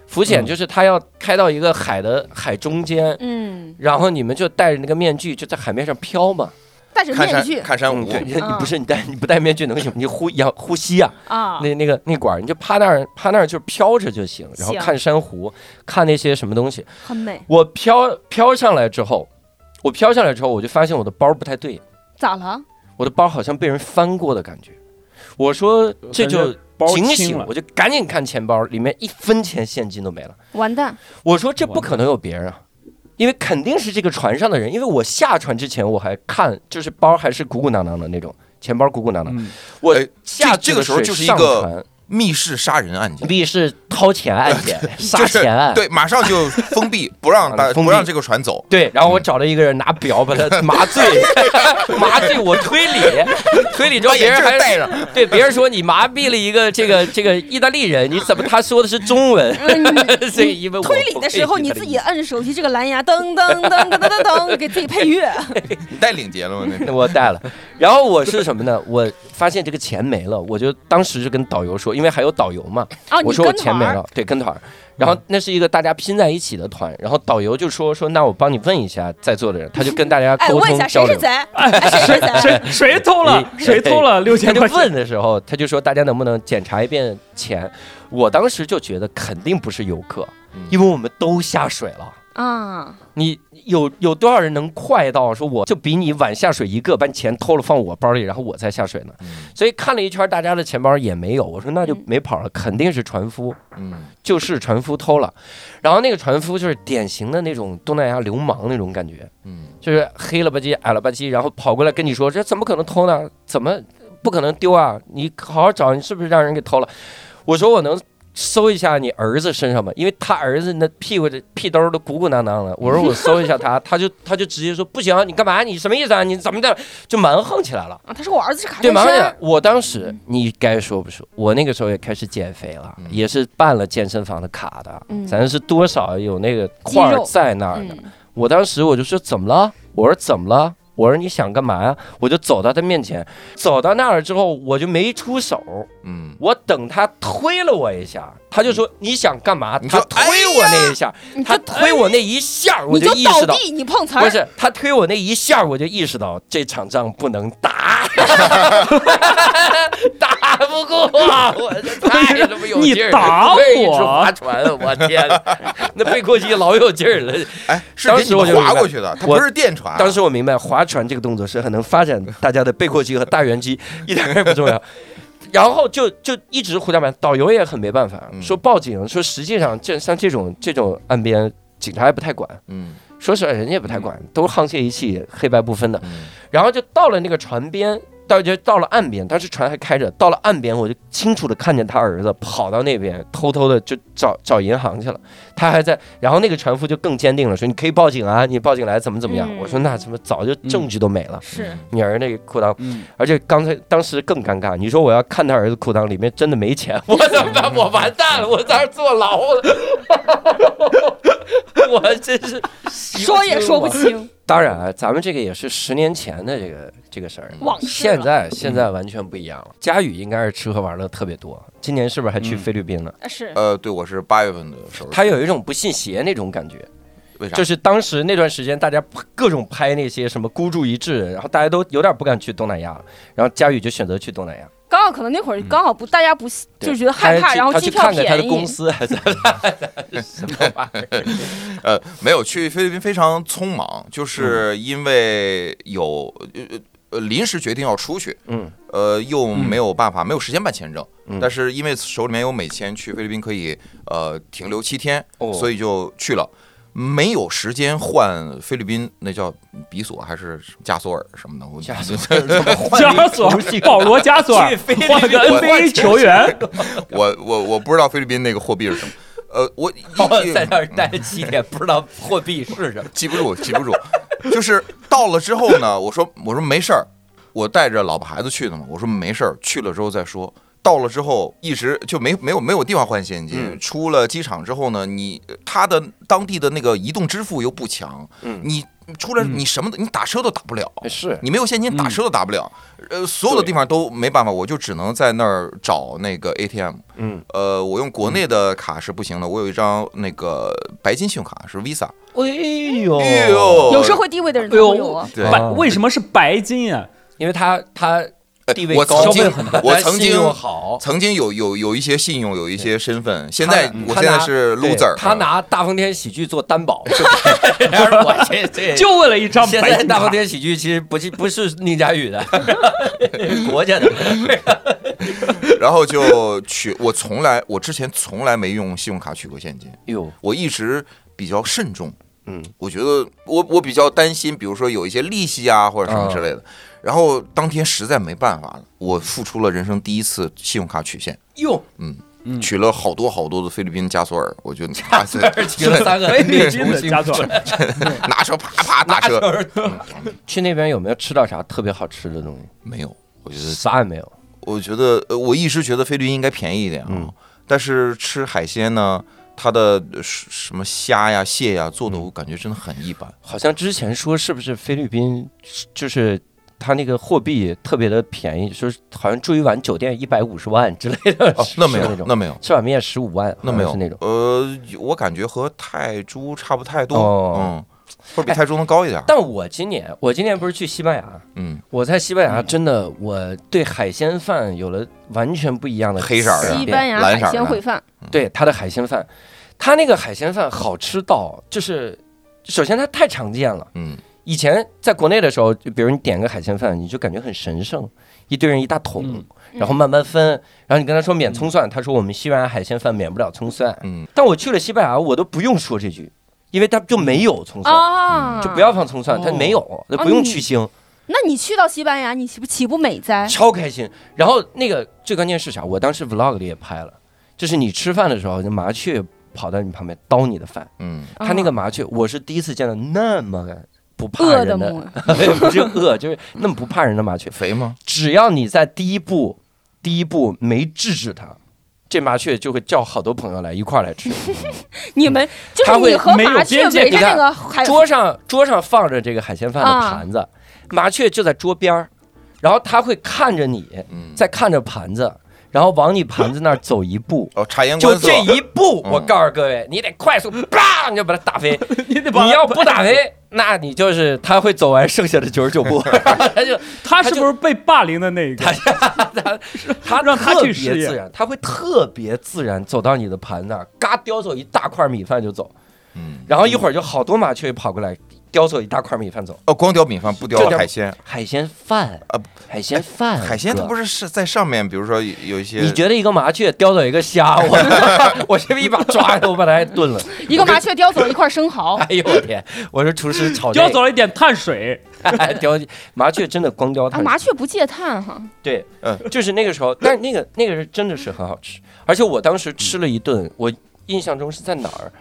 Speaker 1: 浮
Speaker 4: 嗯
Speaker 1: 潜就是他要开到一个海的海中间，
Speaker 3: 嗯，
Speaker 1: 然后你们就戴着那个面具就在海面上飘嘛。
Speaker 3: 戴着
Speaker 2: 看
Speaker 3: 面
Speaker 2: 山
Speaker 3: 具
Speaker 2: 看山
Speaker 1: 嗯
Speaker 2: 舞，
Speaker 1: 对你
Speaker 3: 啊
Speaker 1: 不是你戴你不戴面具能行吗？你呼要呼吸啊，
Speaker 3: 啊，
Speaker 1: 那那个那管儿你就趴那儿趴那儿就飘着就行，然后
Speaker 3: 行
Speaker 1: 看珊瑚，看那些什么东西。
Speaker 3: 很美，
Speaker 1: 我飘飘上来之后，我飘上来之后，我就发现我的包不太对，
Speaker 3: 咋了？
Speaker 1: 我的包好像被人翻过的感觉。我说这就
Speaker 4: 包
Speaker 1: 警
Speaker 4: 轻
Speaker 1: 醒，
Speaker 4: 了
Speaker 1: 我，就赶紧看钱包，里面一分钱现金都没了。
Speaker 3: 完 蛋，
Speaker 1: 我说这不可能有别人啊，因为肯定是这个船上的人，因为我下船之前我还看，就是包还是鼓鼓囊囊的那种，钱包鼓鼓囊囊。
Speaker 4: 嗯，
Speaker 1: 我
Speaker 2: 哎
Speaker 1: 下
Speaker 2: 这这个时候就是一个密室杀人案件，
Speaker 1: 必是掏钱案 件、杀
Speaker 2: 就是
Speaker 1: 钱案。
Speaker 2: 对，马上就封闭，不让大
Speaker 1: 啊封闭
Speaker 2: 不让这个船走。
Speaker 1: 对然后我找了一个人拿表把他麻 醉，麻醉我推理，推理之后
Speaker 2: 把
Speaker 1: 别
Speaker 2: 眼
Speaker 1: 人
Speaker 2: 镜
Speaker 1: 还
Speaker 2: 戴上，
Speaker 1: 对别人说你麻痹了一个这个这个意大利人，你怎么他说的是中 文？所以因为我
Speaker 3: 推理的时候
Speaker 1: 不会
Speaker 3: 你
Speaker 1: 意大利
Speaker 3: 自己摁手机这个蓝牙，噔噔噔噔噔噔噔，给自己配 乐。
Speaker 2: 你戴领结了吗？ 那个
Speaker 1: 我带了。然后我是什么呢？我发现这个钱没了，我就当时就跟导游说，因为还有导游嘛，
Speaker 3: 啊，你
Speaker 1: 我说我
Speaker 3: 跟
Speaker 1: 钱没
Speaker 3: 团儿嗯
Speaker 1: 了，对，跟团儿。然后那是一个大家拼在一起的团，然后导游就说说那我帮你问一下在座的人，他就跟大家
Speaker 3: 哎，
Speaker 1: 沟
Speaker 3: 问
Speaker 1: 通
Speaker 3: 一下谁
Speaker 1: 交
Speaker 3: 是
Speaker 1: 流。
Speaker 3: 贼？哎谁是贼？
Speaker 4: 谁谁偷了
Speaker 1: 你
Speaker 4: 谁偷了 六
Speaker 1: 他
Speaker 4: 千
Speaker 1: 就
Speaker 4: 块钱？
Speaker 1: 问的时候，他就说大家能不能检查一遍钱？我当时就觉得肯定不是游客
Speaker 2: 嗯，
Speaker 1: 因为我们都下水了。
Speaker 3: 啊，
Speaker 1: 你有有多少人能快到说我就比你晚下水一个，把你钱偷了放我包里，然后我再下水呢？
Speaker 2: 嗯
Speaker 1: 所以看了一圈，大家的钱包也没有。我说那就
Speaker 3: 嗯
Speaker 1: 没跑了，肯定是船夫，
Speaker 2: 嗯，
Speaker 1: 就是船夫偷了。然后那个船夫就是典型的那种东南亚流氓那种感觉，
Speaker 2: 嗯，
Speaker 1: 就是黑了吧唧、矮了吧唧，然后跑过来跟你说这怎么可能偷呢？怎么不可能丢啊？你好好找，你是不是让人给偷了？我说我能。搜一下你儿子身上吧，因为他儿子那屁股的屁兜都鼓鼓囊囊的。我说我搜一下他，他就他就直接说不行，你干嘛？你什么意思啊？你怎么的？就蛮横起来了。
Speaker 3: 啊，他说我儿子嗯是卡
Speaker 1: 对，
Speaker 3: 戴
Speaker 1: 马上
Speaker 3: 珊
Speaker 1: 讲，。我当时你该说不说，我那个时候也开始减肥了，
Speaker 2: 嗯
Speaker 1: 也是办了健身房的卡的，
Speaker 3: 嗯
Speaker 1: 咱是多少有那个块
Speaker 3: 肌
Speaker 1: 儿
Speaker 3: 肉
Speaker 1: 在那儿的。
Speaker 3: 嗯
Speaker 1: 我当时我就说怎么了？我说怎么了？我说你想干嘛呀？我就走到他面前，走到那儿之后我就没出手，
Speaker 2: 嗯，
Speaker 1: 我等他推了我一下，他就说你想干嘛？
Speaker 2: 你
Speaker 1: 他
Speaker 2: 说
Speaker 1: 推
Speaker 2: 哎呀
Speaker 1: 我那一下，
Speaker 3: 你
Speaker 1: 他
Speaker 3: 就
Speaker 1: 推我那一下，我
Speaker 3: 你就
Speaker 1: 意识
Speaker 3: 倒
Speaker 1: 到
Speaker 3: 地，你碰瓷儿
Speaker 1: 不，是他推我那一 下，我就意识到这场仗不能打，打不顾啊！我这 太他妈有劲儿了，
Speaker 4: 哎你打我
Speaker 1: 背一只划船，我天哪，那背过去老有劲儿了。
Speaker 2: 哎，是
Speaker 1: 当
Speaker 2: 给
Speaker 1: 时
Speaker 2: 你
Speaker 1: 我就
Speaker 2: 们划
Speaker 1: 明白
Speaker 2: 过去的，它
Speaker 1: 我
Speaker 2: 不是电船。啊
Speaker 1: 当时我明白，划船这个动作是很能发展大家的背阔肌和大圆肌，一点儿也不重要。然后就就一直胡搅蛮，导游也很没办法，
Speaker 2: 嗯
Speaker 1: 说报警，说实际上这像这种这种岸边，警察也不太管，
Speaker 2: 嗯
Speaker 1: 说实话人家也不太管，都沆瀣一气，黑白不分的。
Speaker 2: 嗯
Speaker 1: 然后就到了那个船边，到就到了岸边，当时船还开着，到了岸边我就清楚的看见他儿子跑到那边，偷偷的就找找银行去了。他还在， 然后那个船夫就更坚定了，说你可以报警啊，你报警来怎么怎么样。
Speaker 3: 嗯
Speaker 1: 我说那怎么早就证据都没了。
Speaker 3: 是
Speaker 1: 女儿那个裤裆，
Speaker 4: 嗯，
Speaker 1: 而且刚才当时更尴尬。你说我要看他儿子裤裆里面真的没钱， 我怎么办？我完蛋了，我在这儿坐牢了， 我真是
Speaker 3: 说也说不
Speaker 1: 清。
Speaker 3: 清，
Speaker 1: 当然啊，咱们这个也是十年前的这个这个事儿，
Speaker 3: 往事了嗯
Speaker 1: 现在现在完全不一样了。佳宇应该是吃喝玩乐特别多，今年是不是还去菲律宾了？
Speaker 3: 呃是
Speaker 2: 呃，对，我是八月份的时候，
Speaker 1: 他有一种不信邪那种感觉，
Speaker 2: 为啥？
Speaker 1: 就是当时那段时间大家各种拍那些什么孤注一掷，然后大家都有点不敢去东南亚了，然后佳宇就选择去东南亚，
Speaker 3: 刚好可能那会儿
Speaker 1: 嗯
Speaker 3: 刚好不大家不就
Speaker 1: 对
Speaker 3: 觉得害
Speaker 1: 他
Speaker 3: 怕，
Speaker 1: 去
Speaker 3: 然后
Speaker 1: 他
Speaker 3: 机
Speaker 1: 去
Speaker 3: 票
Speaker 1: 看看他
Speaker 3: 便
Speaker 1: 的公
Speaker 3: 宜，
Speaker 1: 司，什么玩意儿？
Speaker 2: 呃，没有去菲律宾非常匆忙，
Speaker 1: 嗯
Speaker 2: 就是因为有呃呃临时决定要出去，
Speaker 1: 嗯，
Speaker 2: 呃，又
Speaker 4: 嗯
Speaker 2: 没有办法，没有时间办签证
Speaker 1: 嗯，
Speaker 2: 但是因为手里面有美签，去菲律宾可以呃停留七天，
Speaker 1: 哦
Speaker 2: 所以就去了。没有时间换菲律宾那叫比索还是加索尔什么的，我
Speaker 1: 加索
Speaker 2: 索
Speaker 4: 加索尔，保罗加索尔
Speaker 1: 去菲律宾
Speaker 4: 换个
Speaker 1: 换
Speaker 4: NBA 球员，
Speaker 2: 我我我不知道菲律宾那个货币是什么，呃，我
Speaker 1: 哦
Speaker 2: 一
Speaker 1: 在那儿待了七天，不知道货币是什么。
Speaker 2: 记不住，记不住。 就是到了之后呢，我说我说没事儿，我带着老婆孩子去的嘛，我说没事儿，去了之后再说。到了之后一直就没没有没有地方换现金，
Speaker 1: 嗯
Speaker 2: 出了机场之后呢，你呃他的当地的那个移动支付又不强，
Speaker 1: 嗯
Speaker 2: 你出来
Speaker 4: 嗯
Speaker 2: 你什么的你打车都打不了，
Speaker 1: 是嗯
Speaker 2: 你没有现金打
Speaker 4: 嗯
Speaker 2: 车都打不了，呃，所有的
Speaker 4: 对
Speaker 2: 地方都没办法，我就只能在那儿找那个 ATM。
Speaker 1: 嗯，
Speaker 2: 呃，我用国内的卡是不行的，我有一张那个白金信用卡是 Visa。
Speaker 1: 哎呦
Speaker 2: 哎呦
Speaker 3: 有社会地位的人才
Speaker 4: 哎呦
Speaker 3: 会有啊。
Speaker 2: 对
Speaker 4: 白为什么是白金啊？
Speaker 1: 因为他他
Speaker 2: 哎
Speaker 1: 地位
Speaker 2: 我
Speaker 1: 高，
Speaker 2: 曾经
Speaker 1: 消费很大
Speaker 2: 我曾
Speaker 1: 信
Speaker 2: 经
Speaker 1: 用好，
Speaker 2: 曾经有有有一些信用，有一些身份，现在
Speaker 1: 他拿
Speaker 2: 我现在是
Speaker 1: 对
Speaker 2: loser，啊
Speaker 1: 他拿大风天喜剧做担 保，然后我这这
Speaker 4: 就为了一张
Speaker 1: 哎现
Speaker 4: 白
Speaker 1: 在
Speaker 4: 金
Speaker 1: 大
Speaker 4: 卡
Speaker 1: 风。天喜剧其实不是不是宁佳宇 的，国家的，
Speaker 2: 啊然后就取我从来我之前从来没用信用卡取过现金，
Speaker 1: 哟，
Speaker 2: 我一直比较慎重，
Speaker 1: 嗯，
Speaker 2: 我觉得我我比较担心，比如说有一些利息啊或者什么
Speaker 1: 嗯
Speaker 2: 之类的。然后当天实在没办法了，我付出了人生第一次信用卡取现，
Speaker 1: 哟，嗯
Speaker 2: 取了好多好多的菲律宾加索尔，我觉得加索
Speaker 1: 提了三个
Speaker 4: 菲律
Speaker 1: NBA
Speaker 4: 宾的
Speaker 1: 球星
Speaker 4: 加索尔，嗯
Speaker 2: 拿车啪啪打车，嗯
Speaker 1: 去那边有没有吃到啥特别好吃的东西？
Speaker 2: 没有，我觉得
Speaker 1: 啥也没有。
Speaker 2: 我觉得，呃，我一直觉得菲律宾应该便宜一点啊，
Speaker 1: 嗯
Speaker 2: 但是吃海鲜呢，它的呃什什么虾呀、蟹呀做的，
Speaker 1: 嗯
Speaker 2: 我感觉真的很一般。
Speaker 1: 好像之前说是不是菲律宾就是他那个货币特别的便宜，说好像住一晚酒店一百五十万之类的，
Speaker 2: 哦，那没
Speaker 1: 是那
Speaker 2: 有，
Speaker 1: 种
Speaker 2: 那没有，
Speaker 1: 吃碗面十五万，
Speaker 2: 那没有
Speaker 1: 好像是那种。
Speaker 2: 呃，我感觉和泰铢差不太多，
Speaker 1: 哦
Speaker 2: 嗯，或者比泰铢能高一点。
Speaker 1: 但我今年，我今年不是去西班牙，
Speaker 2: 嗯，
Speaker 1: 我在西班牙真的，我对海鲜饭有了完全不一样的
Speaker 2: 黑色儿的
Speaker 1: 改
Speaker 3: 西
Speaker 1: 变
Speaker 3: 班牙
Speaker 2: 蓝色
Speaker 3: 海
Speaker 2: 儿
Speaker 3: 鲜
Speaker 2: 的
Speaker 3: 烩饭，
Speaker 1: 对它的海鲜饭，它那个海鲜饭好吃到，就是首先它太常见了。
Speaker 2: 嗯，
Speaker 1: 以前在国内的时候，就比如你点个海鲜饭，你就感觉很神圣，一堆人一大桶，
Speaker 4: 嗯
Speaker 1: 然后慢慢分。
Speaker 2: 嗯
Speaker 1: 然后你跟他说免葱蒜，他说我们西班牙海鲜饭免不了葱蒜。
Speaker 2: 嗯，
Speaker 1: 但我去了西班牙，我都不用说这句，因为他就没有葱蒜，
Speaker 3: 啊，
Speaker 1: 嗯就不要。放葱蒜，他没有，那不用
Speaker 3: 哦你哎
Speaker 1: 去腥。
Speaker 3: 那你去到西班牙，你岂不岂不 美哉？
Speaker 1: 超开心。然后那个最关键是啥？我当时 vlog 里也拍了，就是你吃饭的时候，就麻雀跑到你旁边叨你的饭。
Speaker 2: 嗯，
Speaker 1: 它那个麻雀，我是第一次见到那么不怕
Speaker 3: 饿
Speaker 1: 人
Speaker 3: 的
Speaker 1: 的
Speaker 3: 母，
Speaker 1: 不是饿，就是那么不怕人的麻雀。
Speaker 2: 肥吗？
Speaker 1: 只要你在第一步，第一步没制止它。这麻雀就会叫好多朋友来一块儿来吃，
Speaker 3: 你们就
Speaker 1: 它
Speaker 3: 是
Speaker 1: 会
Speaker 3: 你和
Speaker 4: 没有
Speaker 3: 麻雀
Speaker 4: 边界
Speaker 3: 围着
Speaker 1: 你看
Speaker 3: 那个海
Speaker 1: 桌上桌上放着这个海鲜饭
Speaker 3: 啊
Speaker 1: 的盘子，麻雀就在桌边儿，然后它会看着你，
Speaker 2: 嗯，，
Speaker 1: 再看着盘子，然后往你盘子那儿走一步
Speaker 2: 哦，察言
Speaker 1: 就
Speaker 2: 观色
Speaker 1: 这。一步，
Speaker 2: 嗯
Speaker 1: 我告诉各位，你得快速，啪，你就把它打飞。
Speaker 4: 你得把
Speaker 1: 你要不打飞，那你就是他会走完剩下的九十 九步，他就
Speaker 4: 他
Speaker 1: 他
Speaker 4: 是
Speaker 1: 就
Speaker 4: 不是被霸凌的那一个？
Speaker 1: 他
Speaker 4: 让他
Speaker 1: 特
Speaker 4: 去
Speaker 1: 别
Speaker 4: 试验
Speaker 1: 自然，他会特别自然走到你的盘那儿，嘎叼走一大块米饭就走，
Speaker 2: 嗯，
Speaker 1: 然后一会儿就好多麻雀跑过来叼走一大块米饭走，
Speaker 2: 哦，光雕米饭不雕
Speaker 1: 这叫
Speaker 2: 海鲜，
Speaker 1: 嗯海鲜饭
Speaker 2: 啊，
Speaker 1: 海鲜饭，
Speaker 2: 海鲜它不
Speaker 1: 是。
Speaker 2: 是是在上面，比如说有有一些
Speaker 1: 你觉得一个麻雀叼走一个虾，我 我这边一把抓着，我把它给炖了。
Speaker 3: 一个麻雀叼走了一块生蚝，
Speaker 1: 哎呦我天！ 我说厨师炒这
Speaker 4: 叼走了一点碳水，
Speaker 1: 个 叼麻雀真的光叼
Speaker 3: 啊，
Speaker 1: 它
Speaker 3: 麻雀不戒碳哈，
Speaker 1: 对，
Speaker 2: 嗯
Speaker 1: 就是那个时候，但是那个那个是真的是很好吃，而且我当时吃了一顿，我印象中是在哪儿，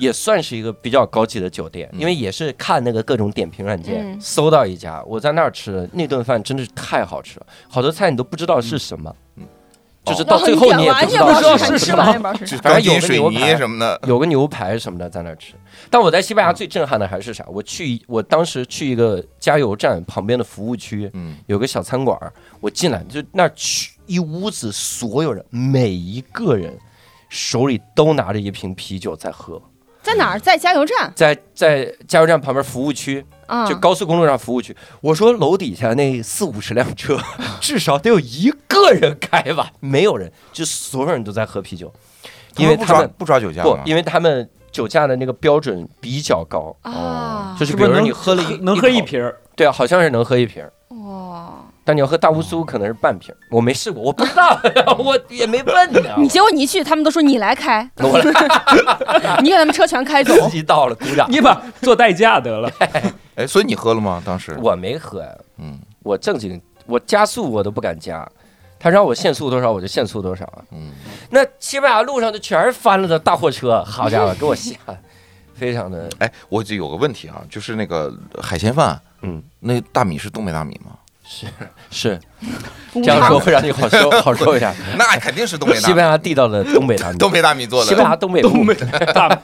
Speaker 1: 也算是一个比较高级的酒店，
Speaker 2: 嗯
Speaker 1: 因为也是看那个各种点评软件、
Speaker 3: 嗯
Speaker 1: 搜到一家，我在那儿吃的那顿饭真的是太好吃了，好多菜你都不知道是什么，
Speaker 2: 嗯
Speaker 1: 就是
Speaker 3: 然
Speaker 1: 到
Speaker 3: 后
Speaker 1: 最
Speaker 3: 哦你
Speaker 1: 后
Speaker 3: 点
Speaker 1: 你也
Speaker 3: 完
Speaker 1: 知
Speaker 3: 也不
Speaker 1: 道
Speaker 3: 知道
Speaker 1: 是
Speaker 3: 是
Speaker 1: 什
Speaker 3: 吃
Speaker 1: 么
Speaker 3: 完也不知道是啥。
Speaker 1: 反正
Speaker 2: 钢
Speaker 1: 有
Speaker 2: 筋
Speaker 1: 个
Speaker 2: 水
Speaker 1: 牛
Speaker 2: 泥
Speaker 1: 排
Speaker 2: 什么的，
Speaker 1: 有个牛排什么的在那儿吃。但我在西班牙最震撼的还是啥？我去一，我当时去一个加油站旁边的服务区，
Speaker 2: 嗯，
Speaker 1: 有个小餐馆儿，我进来就那儿去一屋子所有人，每一个人手里都拿着一瓶啤酒在喝，
Speaker 3: 在哪儿？在加油站
Speaker 1: 在在加油站旁边服务区，
Speaker 3: 啊，
Speaker 1: 就高速公路上服务区。我说楼底下那四五十辆车， 至少得有一个人开吧，没有人，就所有人都在喝啤酒，因为
Speaker 2: 不
Speaker 1: 他
Speaker 2: 抓
Speaker 1: 们
Speaker 2: 不抓酒驾
Speaker 1: 不
Speaker 2: 吗，？
Speaker 1: 因为他们酒驾的那个标准比较高。
Speaker 3: 啊，
Speaker 1: 哦就是
Speaker 4: 哦是
Speaker 1: 比
Speaker 4: 不是
Speaker 1: 如说
Speaker 4: 能
Speaker 1: 你喝了一
Speaker 4: 能喝一
Speaker 1: 口，
Speaker 4: 瓶儿？
Speaker 1: 对啊，好像是能喝一瓶儿，
Speaker 3: 哇，
Speaker 1: 但你要喝大乌苏可能是半瓶儿，我没试过，我不知道， 我也没问呢。
Speaker 3: 你结果你一去，他们都说你来开，
Speaker 1: 我来
Speaker 3: 你给他们车全 开走
Speaker 1: 自己到了，鼓掌。
Speaker 4: 你把做代驾 得了。
Speaker 2: 哎，所以你喝了吗？当时，
Speaker 1: 我没喝呀，
Speaker 2: 嗯
Speaker 1: 我正经，我加速我都不敢加，他让我限速多少我就限速多少啊。
Speaker 2: 嗯，
Speaker 1: 那西班牙路上的全是翻了的大货车，好家 伙，给我吓，非常的
Speaker 2: 哎，我就有个问题啊，就是那个海鲜饭，
Speaker 1: 嗯，
Speaker 2: 那大米是东北大米吗？
Speaker 1: 是
Speaker 3: 无
Speaker 1: 这样说
Speaker 3: 糖。
Speaker 1: 会让你好受好受一点。
Speaker 2: 那肯定是 东北大
Speaker 1: 西班
Speaker 2: 米，
Speaker 1: 牙地道的东北大米，
Speaker 2: 东北大米做
Speaker 1: 西班
Speaker 2: 的。
Speaker 1: 牙东北
Speaker 4: 东
Speaker 1: 部
Speaker 4: 北大，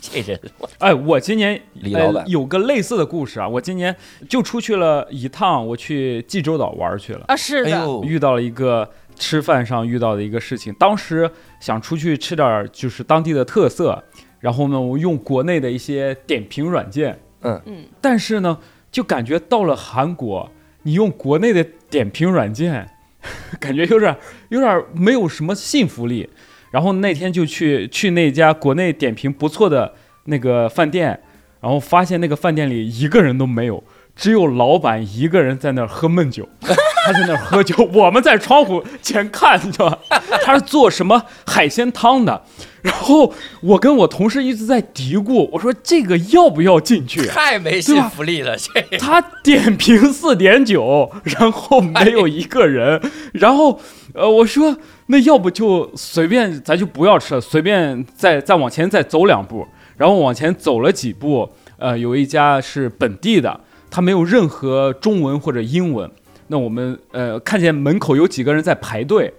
Speaker 1: 这人
Speaker 4: 哎，我今年
Speaker 1: 李老板
Speaker 4: 呃有个类似的故事啊，我今年就出去了一趟，我去济州岛玩儿去了，
Speaker 3: 啊，是
Speaker 1: 哎
Speaker 3: 的，
Speaker 1: 呦，
Speaker 4: 遇到了一个吃饭上遇到的一个事情。当时想出去吃点儿就是当地的特色，然后呢，我用国内的一些点评软件，
Speaker 3: 嗯，
Speaker 4: 但是呢，就感觉到了韩国，你用国内的点评软件， 感觉有点有点没有什么信服力。然后那天就去去那家国内点评不错的那个饭店，然后发现那个饭店里一个人都没有，只有老板一个人在那儿喝闷酒， 他在那儿喝酒，我们在窗户前看，你知道吧？他是做什么海鲜汤的？然后我跟我同事一直在嘀咕，我说这个要不要进去？啊
Speaker 1: 太没信服力了，这
Speaker 4: 他点评四点九，然后没有一个人，然后呃，我说那要不就随便，咱就不要吃了，随便再再往前再走两步，然后往前走了几步，呃，有一家是本地的，他没有任何中文或者英文，那我们呃看见门口有几个人在排队，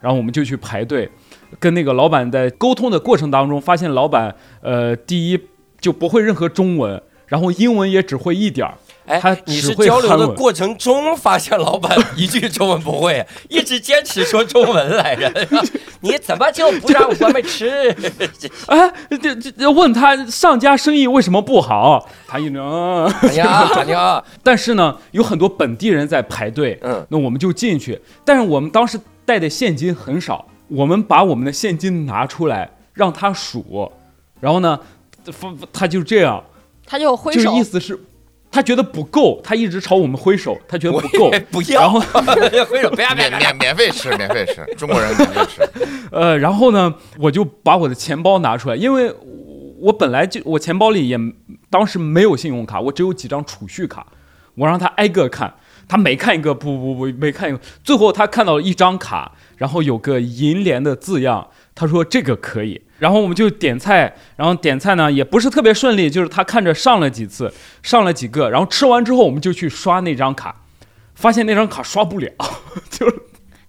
Speaker 4: 然后我们就去排队，跟那个老板在沟通的过程当中，发现老板呃第一就不会任何中文。然后英文也只会一点儿，他
Speaker 1: 哎，你
Speaker 4: 只
Speaker 1: 是
Speaker 4: 会
Speaker 1: 交流
Speaker 4: 韩
Speaker 1: 的
Speaker 4: 文
Speaker 1: 过程中发现老板 一句中文不会，一直坚持说中文来着， 你怎么就不让我们吃？
Speaker 4: 哎，这这这问他上家生意为什么不好，他一整，
Speaker 1: 哎呀，哎呀，
Speaker 4: 但是呢，有很多本地人在排队，
Speaker 1: 嗯，
Speaker 4: 那我们就进去，但是我们当时带的现金很少，我们把我们的现金拿出来让他数，然后呢，他他就这样，
Speaker 3: 他就挥
Speaker 4: 就是
Speaker 3: 手
Speaker 4: 意，思是，他觉得不够，他一直朝我们挥手，他觉得不够，
Speaker 1: 不
Speaker 4: 然
Speaker 1: 要，
Speaker 4: 后
Speaker 1: 哎挥手不要，不要
Speaker 2: 免免免费吃，免费吃，中国人免费吃。
Speaker 4: 呃，然后呢，我就把我的钱包拿出来，因为我本来就我钱包里也当时没有信用卡，我只有几张储蓄卡，我让他挨个看，他每看一个，不不不，每看一个，最后他看到了一张卡，然后有个银联的字样，他说这个可以，然后我们就点菜，然后点菜呢也不是特别顺利，就是他看着上了几次，上了几个，然后吃完之后我们就去刷那张卡，发现那张卡刷不了，就是。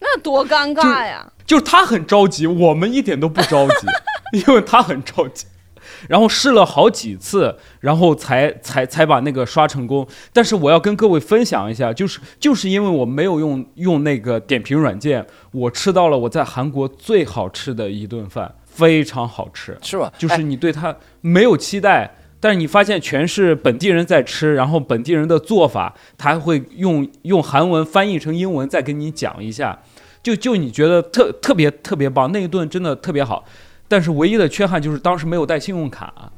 Speaker 3: 那多尴尬呀！
Speaker 4: 就是他很着急，我们一点都不着急，因为他很着急。然后试了好几次，然后才才才把那个刷成功。但是我要跟各位分享一下，就是就是因为我没有用用那个点评软件，我吃到了我在韩国最好吃的一顿饭，非常好吃。
Speaker 1: 是吧？
Speaker 4: 就
Speaker 1: 哎
Speaker 4: 是你对它没有期待，但是你发现全是本地人在吃，然后本地人的做法，他会用用韩文翻译成英文再跟你讲一下，就就你觉得特特别特别棒，那一顿真的特别好，但是唯一的缺憾就是当时没有带信用卡，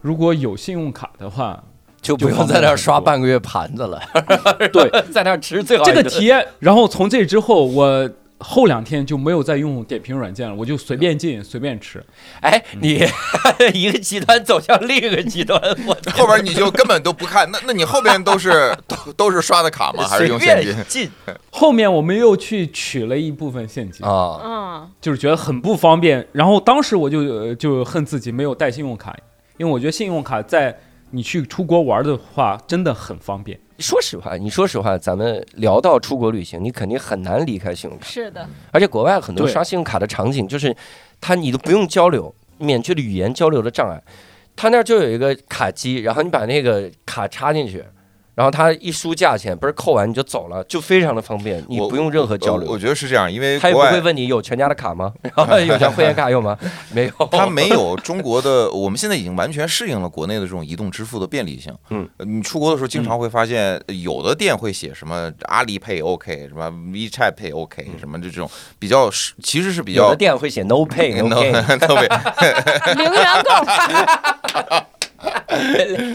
Speaker 4: 如果有信用卡的话，
Speaker 1: 就不用在那儿刷半个月盘子了。
Speaker 4: 对，
Speaker 1: 在那儿吃最好
Speaker 4: 这个
Speaker 1: 一顿
Speaker 4: 体验。然后从这之后，我后两天就没有再用点评软件了，我就随便进随便吃。
Speaker 1: 哎，你 一个极端走向另一个极端，我天
Speaker 2: 后边你就根本都不看，那那你后边都是都都是刷的卡吗？还 是
Speaker 1: 随
Speaker 2: 用现
Speaker 1: 便
Speaker 2: 金？
Speaker 1: 进
Speaker 4: 后面我们又去取了一部分现金，
Speaker 1: 啊？
Speaker 3: 啊，
Speaker 4: 就是觉得很不方便。然后当时我就呃就恨自己没有带信用卡，因为我觉得信用卡在你去出国玩的话真的很方便。
Speaker 1: 说实话，你说实话，咱们聊到出国旅行，你肯定很难离开信用卡，
Speaker 3: 是的，
Speaker 1: 而且国外很多
Speaker 4: 对
Speaker 1: 刷信用卡的场景就是，他你都不用交流，免去了语言交流的障碍，他那儿就有一个卡机，然后你把那个卡插进去。然后他一输价钱，不是扣完你就走了，就非常的方便，你
Speaker 2: 我
Speaker 1: 不用任何交
Speaker 2: 我
Speaker 1: 流。
Speaker 2: 我觉得是这样，因为
Speaker 1: 他也
Speaker 2: 国
Speaker 1: 不会
Speaker 2: 外
Speaker 1: 问你有全家的卡 吗？ 然后有张会员卡有吗？没有，
Speaker 2: 它 没有中国的，我们现在已经完全适应了国内的这种移动支付的便利性。
Speaker 1: 嗯
Speaker 2: 呃，你出国的时候经常会发现，呃有的店会写什么阿里 Pay OK，什么 WeChat Pay OK，什么这种比较是其实是比
Speaker 1: 嗯有
Speaker 2: 较
Speaker 1: 的店会写 no pay no gain，
Speaker 2: 能特别
Speaker 3: 零元购，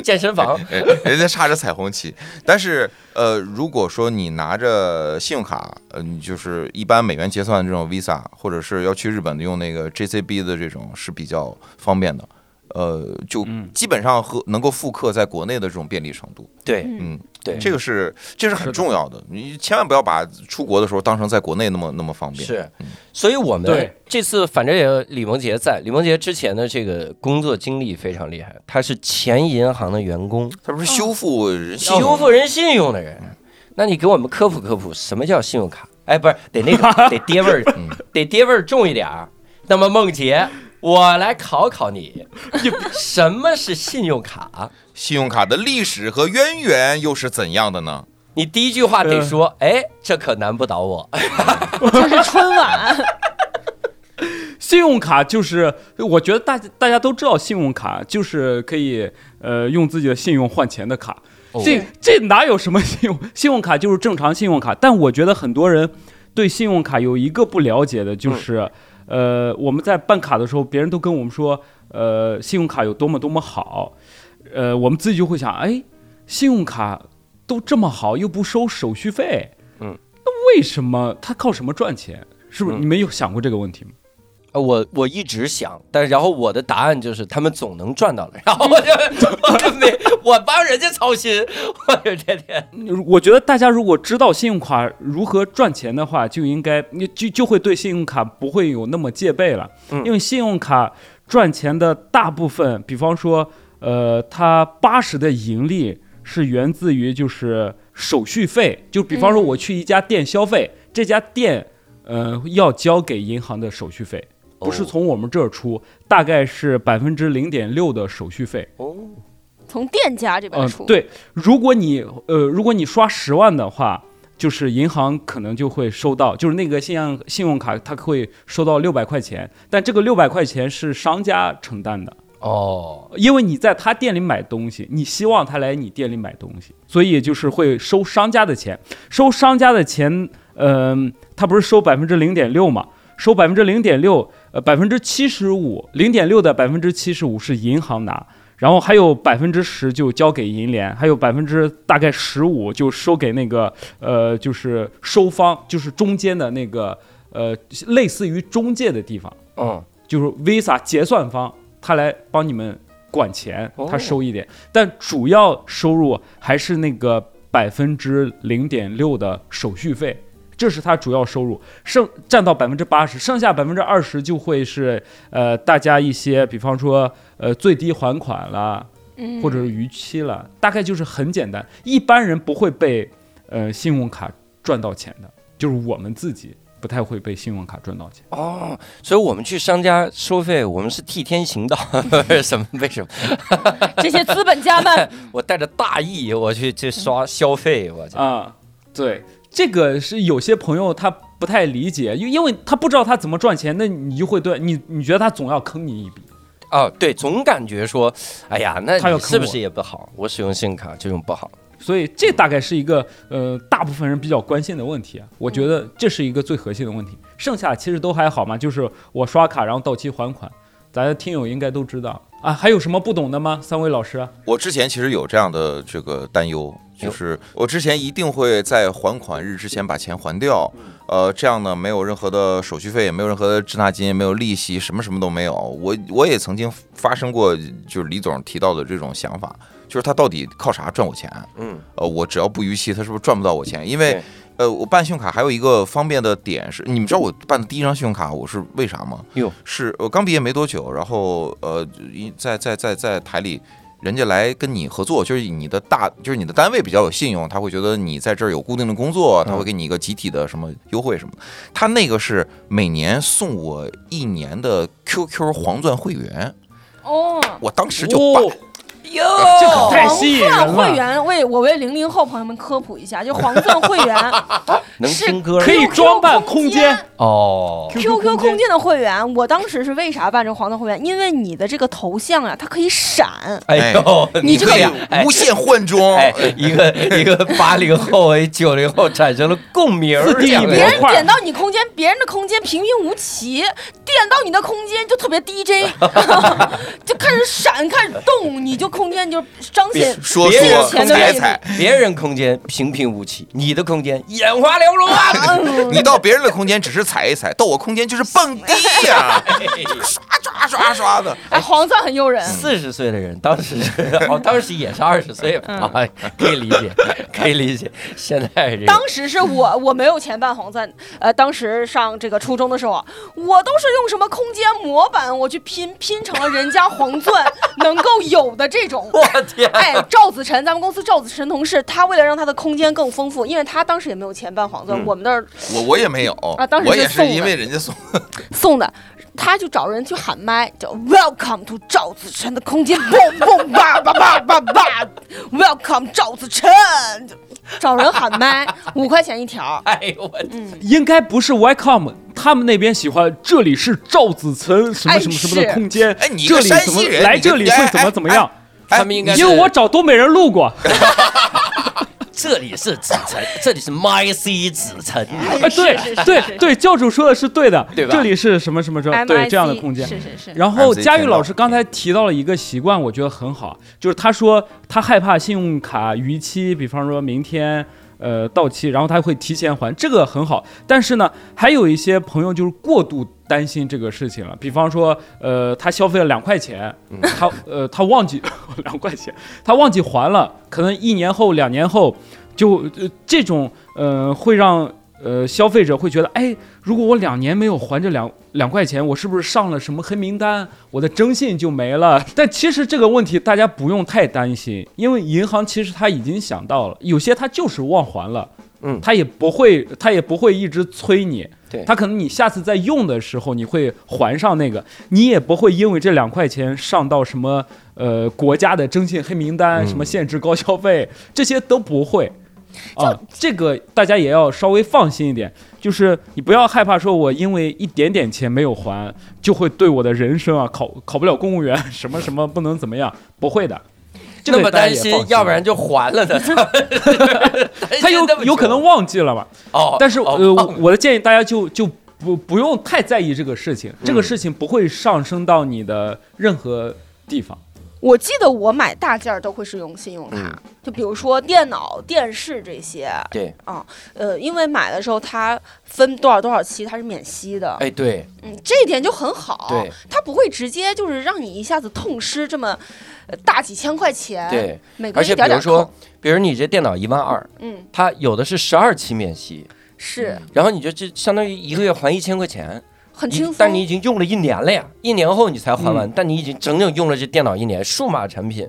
Speaker 1: 健身 房
Speaker 2: 哎人家插着彩虹旗。但是呃，如果说你拿着信用卡，呃，你就是一般美元结算这种 Visa，或者是要去日本的用那个 JCB 的这种是比较方便的。呃，就
Speaker 4: 嗯
Speaker 2: 基本上和能够复刻在国内的这种便利程度，
Speaker 1: 对
Speaker 3: 嗯，
Speaker 2: 嗯，
Speaker 1: 对
Speaker 2: 这个是这是
Speaker 4: 是
Speaker 2: 很
Speaker 4: 的
Speaker 2: 重要的，你千万不要把出国的时候当成在国内那么那么方便。
Speaker 1: 是
Speaker 2: 嗯，
Speaker 1: 所以我们
Speaker 4: 对
Speaker 1: 这次反正也有李梦洁在，李梦洁之前的这个工作经历非常厉害，她是前银行的员
Speaker 4: 哦
Speaker 1: 工，
Speaker 2: 它
Speaker 4: 嗯
Speaker 2: 不是修复人性
Speaker 1: 修复人信用的人。那你给我们科普科普，什么叫信用卡？哎，不是得那 个得爹味儿
Speaker 2: 嗯，
Speaker 1: 得爹味儿重一点儿。那么梦洁，我来考考你， 什么是信用卡？
Speaker 2: 信用卡的历史和渊源又是怎样的呢？
Speaker 1: 你第一句话
Speaker 4: 嗯
Speaker 1: 得说，哎，这可难不倒我。
Speaker 3: 就是春晚，
Speaker 4: 信用卡就是，我觉得大家大家都知道，信用卡就是可以呃用自己的信用换钱的卡。
Speaker 1: 哦
Speaker 4: 这这哪有什么 信用？信用卡就是正常信用卡，但我觉得很多人对信用卡有一个不了解的，
Speaker 1: 嗯
Speaker 4: 就是、呃，我们在办卡的时候，别人都跟我们说，呃，信用卡有多么多么好，呃，我们自己就会想，哎，信用卡都这么好，又不收手续费，
Speaker 1: 嗯，
Speaker 4: 那为什么它靠什么赚钱？是不是
Speaker 1: 嗯
Speaker 4: 你们有想过这个问题吗？
Speaker 1: 呃我我一直想，但然后我的答案就是他们总能赚到的， 然后我就我就没我帮人家操心，我就天天
Speaker 4: 我觉得大家如果知道信用卡如何赚钱的话，就应该你就就会对信用卡不会有那么戒备了，
Speaker 1: 嗯
Speaker 4: 因为信用卡赚钱的大部分，比方说，呃，它八十的盈利是源自于就是手续费，就比方说
Speaker 3: 嗯
Speaker 4: 我去一家店消费，这家店呃要交给银行的手续费，不是从我们这儿出，大概是百分之零点六的手续费。
Speaker 1: 哦
Speaker 3: 从店家这边
Speaker 4: 嗯，
Speaker 3: 出，，
Speaker 4: 对，如果你呃，如果你刷十万的话，就是银行可能就会收到，就是那个信用信用卡，它会收到六百块钱，但这个六百块钱是商家承担的，
Speaker 1: 哦，
Speaker 4: 因为你在他店里买东西，你希望他来你店里买东西，所以就是会收商家的钱，收商家的钱，嗯、他不是收百分之零点六嘛？收百分之零点六，呃，百分之七十五，零点六的百分之七十五是银行拿，然后还有百分之十就交给银联，还有百分之大概十五就收给那个呃，就是收方，就是中间的那个呃，类似于中介的地方。
Speaker 1: 嗯，
Speaker 4: 就是 Visa 结算方，他来帮你们管钱
Speaker 1: 哦，
Speaker 4: 他收一点，但主要收入还是那个百分之零点六的手续费，这是他主要收入，剩占到百分之八十，剩下百分之二十就会是呃大家一些，比方说呃最低还款啦，
Speaker 3: 嗯，
Speaker 4: 或者是逾期了，大概就是很简单，一般人不会被呃信用卡赚到钱的，就是我们自己不太会被信用卡赚到钱。
Speaker 1: 哦，所以我们去商家收费，我们是替天行道， 什么为什么？
Speaker 3: 这些资本家们，
Speaker 1: 我带着大义我去去刷消费，我去，
Speaker 4: 啊、对，这个是有些朋友他不太理解，因因为他不知道他怎么赚钱，那你就会对你你觉得他总要坑你一笔，
Speaker 1: 啊，对，总感觉说，哎呀，那
Speaker 4: 他要
Speaker 1: 你
Speaker 4: 坑
Speaker 1: 是不
Speaker 4: 我
Speaker 1: 是也不好？我使用信用卡这种不好。
Speaker 4: 所以这大概是一个呃大部分人比较关心的问题啊，我觉
Speaker 3: 嗯
Speaker 4: 得这是一个最核心的问题，剩下其实都还好嘛，就是我刷卡然后到期还款，咱的听友应该都知道啊，还有什么不懂的吗？三位老师，啊
Speaker 2: 我之前其实有这样的这个担忧，就是我之前一定会在还款日之前把钱还掉，呃，这样呢没有任何的手续费，也没有任何的滞纳金，也没有利息，什么什么都没有。我我也曾经发生过，就是李总提到的这种想法，就是他到底靠啥赚我钱？
Speaker 1: 嗯，
Speaker 2: 呃，我只要不逾期，他是不是赚不到我钱？因为
Speaker 1: 对
Speaker 2: 呃，我办信用卡还有一个方便的点是，你们知道我办的第一张信用卡我是为啥吗？
Speaker 1: 哟，
Speaker 2: 是我刚毕业没多久，然后呃，一在在在在台里，人家来跟你合作，就是你的大，就是你的单位比较有信用，他会觉得你在这儿有固定的工作，
Speaker 1: 嗯
Speaker 2: 他会给你一个集体的什么优惠什么的。他那个是每年送我一年的 QQ 黄钻会员，
Speaker 3: 哦，
Speaker 2: 我当时就办
Speaker 4: 哦，
Speaker 1: 哟，
Speaker 4: 这可太
Speaker 3: 黄
Speaker 4: 吸引人
Speaker 3: 钻会
Speaker 4: 了，
Speaker 3: 员为我为零零后朋友们科普一下，就黄钻会员
Speaker 1: 能
Speaker 3: 是
Speaker 1: 听歌
Speaker 4: 可以装扮空间
Speaker 1: 哦
Speaker 3: QQ 空间的会员，我当时是为啥办这个黄钻会员？因为你的这个头像啊，它可以闪。
Speaker 1: 哎呦，
Speaker 2: 你
Speaker 1: 这
Speaker 2: 可以
Speaker 1: 呀，哎
Speaker 2: 无限换 装，
Speaker 1: 哎，一个一个八零后哎九零后产生了共鸣儿，
Speaker 4: 自定义
Speaker 1: 两个
Speaker 3: 别
Speaker 1: 人
Speaker 4: 模
Speaker 3: 人
Speaker 4: 块
Speaker 3: 点到你空间，别人的空间平平无奇；点到你的空间就特别 DJ，就开始闪，开始动，你就空间就彰显
Speaker 2: 说
Speaker 1: 别人
Speaker 2: 说
Speaker 3: 钱的魅
Speaker 2: 猜
Speaker 3: 力
Speaker 2: 猜，
Speaker 1: 别人空间平平无奇，你的空间眼花缭乱啊！
Speaker 3: 嗯
Speaker 2: 你到别人的空间只是踩一踩，到我空间就是蹦 迪呀、刷刷刷刷的。
Speaker 3: 哎，黄钻很诱
Speaker 4: 嗯
Speaker 3: 人。
Speaker 1: 四十岁的人，当时是哦，当时也是二十岁
Speaker 4: 嗯
Speaker 1: 嘛，哎可以理解，可以理解。现在
Speaker 4: 哎
Speaker 1: 这个
Speaker 3: 当时是我 我没有钱办黄钻，呃，当时上这个初中的时候啊，我都是用什么空间模板我去拼拼成了人家黄钻 能够有的这种。
Speaker 1: 我天，
Speaker 3: 哎，赵子晨，咱们公司赵子晨同事，他为了让他的空间更丰富，因为他当时也没有钱办黄
Speaker 4: 嗯
Speaker 3: 钻，我们那儿
Speaker 2: 我我也没有
Speaker 3: 啊当时就
Speaker 2: 我也
Speaker 3: 送
Speaker 2: 是
Speaker 3: 了
Speaker 2: 因为人家送，
Speaker 3: 送的，他就找人去喊麦，叫 Welcome to 赵子晨的空间，蹦蹦吧吧吧吧吧，Welcome 赵子晨，就找人喊麦，五块钱一条。
Speaker 1: 哎呦我天，
Speaker 4: 应该不是 Ycom，他们那边喜欢这里是赵子岑什么什么什么
Speaker 3: 哎
Speaker 4: 的
Speaker 3: 是
Speaker 4: 空间，
Speaker 2: 哎你一
Speaker 4: 这
Speaker 2: 个哎
Speaker 4: 里
Speaker 2: 山
Speaker 4: 怎么
Speaker 2: 西人，
Speaker 4: 来
Speaker 2: 你就
Speaker 4: 这里会怎么怎么？样？
Speaker 1: 他们应
Speaker 2: 哎
Speaker 1: 该是
Speaker 4: 因为我找东北人录过，
Speaker 1: 这里是子辰，这里是 my c 子辰，
Speaker 4: 哎，对
Speaker 3: 是是
Speaker 4: 对对，教主说的是对的，
Speaker 1: 对吧
Speaker 4: 这里是什么什么什么，对
Speaker 3: MIC
Speaker 4: 这样的空间。
Speaker 3: 是是是，
Speaker 4: 然后
Speaker 2: MIC
Speaker 4: 佳玉老师刚才提到了一个习惯，我觉得很好，就是他说他害怕信用卡逾期，比方说明天呃到期，然后他会提前还，这个很好。但是呢，还有一些朋友就是过度担心这个事情了，比方说呃他消费了两块钱，他呃他忘记两块钱，他忘记还了，可能一年后、两年后就呃这种呃会让。呃，消费者会觉得，哎，如果我两年没有还这两两块钱，我是不是上了什么黑名单？我的征信就没了？ 但其实这个问题大家不用太担心，因为银行其实他已经想到了，有些他就是忘还了，
Speaker 1: 嗯
Speaker 4: 他也不会，他也不会一直催你，
Speaker 1: 对
Speaker 4: 他可能你下次再用的时候你会还上那个，你也不会因为这两块钱上到什么呃国家的征信黑名单，
Speaker 1: 嗯
Speaker 4: 什么限制高消费，这些都不会。啊，这个大家也要稍微放心一点，就是你不要害怕，说我因为一点点钱没有还，就会对我的人生啊考考不了公务员， 什么什么不能怎么样，不会的。这个
Speaker 1: 那么
Speaker 4: 大家也
Speaker 1: 担心
Speaker 4: 放，心
Speaker 1: 要不然就还了呢。
Speaker 4: 他
Speaker 1: 他
Speaker 4: 有有可能忘记了嘛？
Speaker 1: 哦，
Speaker 4: 但是、
Speaker 1: 哦
Speaker 4: 呃，我我的建议大家就就不不用太在意这个事情，
Speaker 1: 嗯
Speaker 4: 这个事情不会上升到你的任何地方。
Speaker 3: 我记得我买大件儿都会是用信用
Speaker 1: 嗯
Speaker 3: 卡，就比如说电脑、电视这些。
Speaker 1: 对，
Speaker 3: 啊，呃，因为买的时候它分多少多少期，它是免息的，
Speaker 1: 哎对
Speaker 3: 嗯，这一点就很好。
Speaker 1: 对，
Speaker 3: 它不会直接就是让你一下子痛失这么呃大几千块钱。，
Speaker 4: 哎
Speaker 1: 对，
Speaker 3: 每个
Speaker 1: 而
Speaker 3: 月一
Speaker 1: 且比
Speaker 3: 点
Speaker 1: 如
Speaker 3: 点
Speaker 1: 说
Speaker 3: 扣。，
Speaker 1: 比如你这电脑一万二，
Speaker 3: 嗯，
Speaker 1: 它有的是十二期免息，
Speaker 3: 是
Speaker 1: 然后你就就相当于一个月还一千块钱，
Speaker 3: 很
Speaker 1: 一
Speaker 3: 轻松。嗯
Speaker 1: 但嗯你已经用了一年了呀，一年后你才还完，但你已经整整用了这电脑一年，数码产品，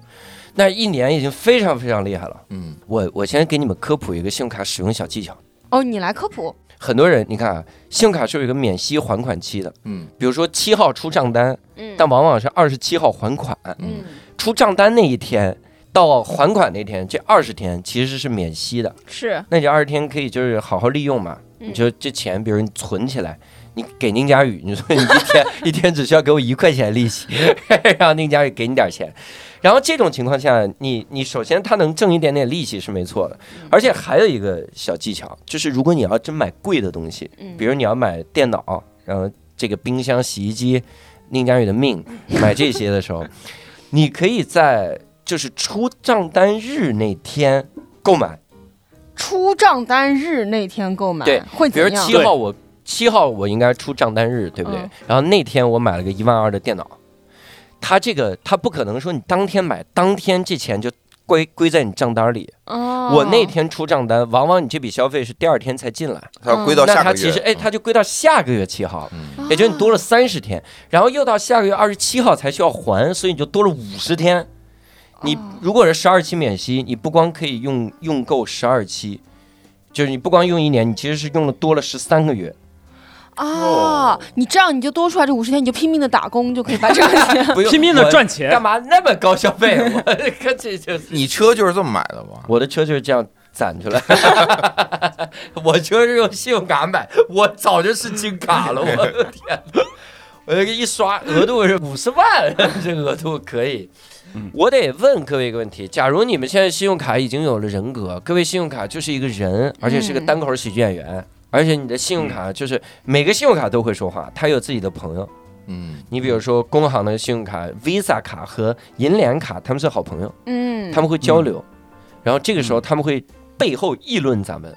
Speaker 1: 那一年已经非常非常厉害了。
Speaker 2: 嗯，
Speaker 1: 我我先给你们科普一个信用卡使用小技巧。
Speaker 3: 哦，你来科普。
Speaker 1: 很多人，你看啊，信用卡是有一个免息还款期的，
Speaker 2: 嗯，
Speaker 1: 比如说七号出账单，
Speaker 3: 嗯，
Speaker 1: 但往往是二十七号还款。
Speaker 3: 嗯，
Speaker 1: 出账单那一天到还款那天，这二十天其实是免息的。
Speaker 3: 是
Speaker 1: 那你二十天可以就是好好利用嘛，
Speaker 3: 嗯
Speaker 1: 你就这钱，比如你存起来，你给宁佳宇，你说你一天一天只需要给我一块钱利息， 然后宁佳宇给你点钱。然后这种情况下，你你首先他能挣一点点利息是没错的，而且还有一个小技巧，就是如果你要真买贵的东西，
Speaker 3: 嗯
Speaker 1: 比如你要买电脑，然后这个冰箱、洗衣机，宁佳宇的命，买这些的时候，你可以在就是出账单日那天购买，
Speaker 3: 出账单日那天购买，
Speaker 1: 对
Speaker 3: 会
Speaker 1: 比
Speaker 3: 怎
Speaker 1: 如
Speaker 3: 样
Speaker 1: 七？号我七号我应该出账单日，对不对
Speaker 3: 嗯？
Speaker 1: 然后那天我买了个一万二的电脑，他这个他不可能说你当天买，当天这钱就归归在你账单里。
Speaker 3: 哦
Speaker 1: 我那天出账单，往往你这笔消费是第二天才进来，
Speaker 2: 它要归到
Speaker 1: 那
Speaker 2: 下
Speaker 1: 他
Speaker 2: 个
Speaker 1: 其
Speaker 2: 月
Speaker 1: 实，哎，他就归到下个月七号。
Speaker 2: 嗯，
Speaker 1: 也就是你
Speaker 4: 哦
Speaker 1: 多了三十天，然后又到下个月二十七号才需要还，所以你就多了五十天。你
Speaker 4: 哦
Speaker 1: 如果是十二期免息，你不光可以用用够十二期，就是你不光用一年，你其实是用了多了十三个月。
Speaker 3: 啊，你这样你就多出来这五十天，你就拼命的打工，就可以把这个 钱。
Speaker 1: 不用
Speaker 4: 拼命的赚
Speaker 1: 我
Speaker 4: 钱
Speaker 1: 干，嘛那么高消费？ 我看这就是
Speaker 2: 嗯你车就是这么买的吗？
Speaker 1: 我的车就是这样攒出来， 我车是用信用卡买，我早就是金卡了，我的天哪！我这个一刷额度是五十万，这额度可以。我得问各位一个问题：假如你们现在信用卡已经有了人格，各位信用卡就是一个人，而且是个单口喜剧演员，而且你的信用卡就是每个信用卡都会说话，他有自己的朋友。
Speaker 2: 嗯，
Speaker 1: 你比如说工行的信用卡、Visa 卡和银联卡，他们是好朋友。
Speaker 3: 嗯，
Speaker 1: 他们会交流，然后这个时候他们会背后议论咱们。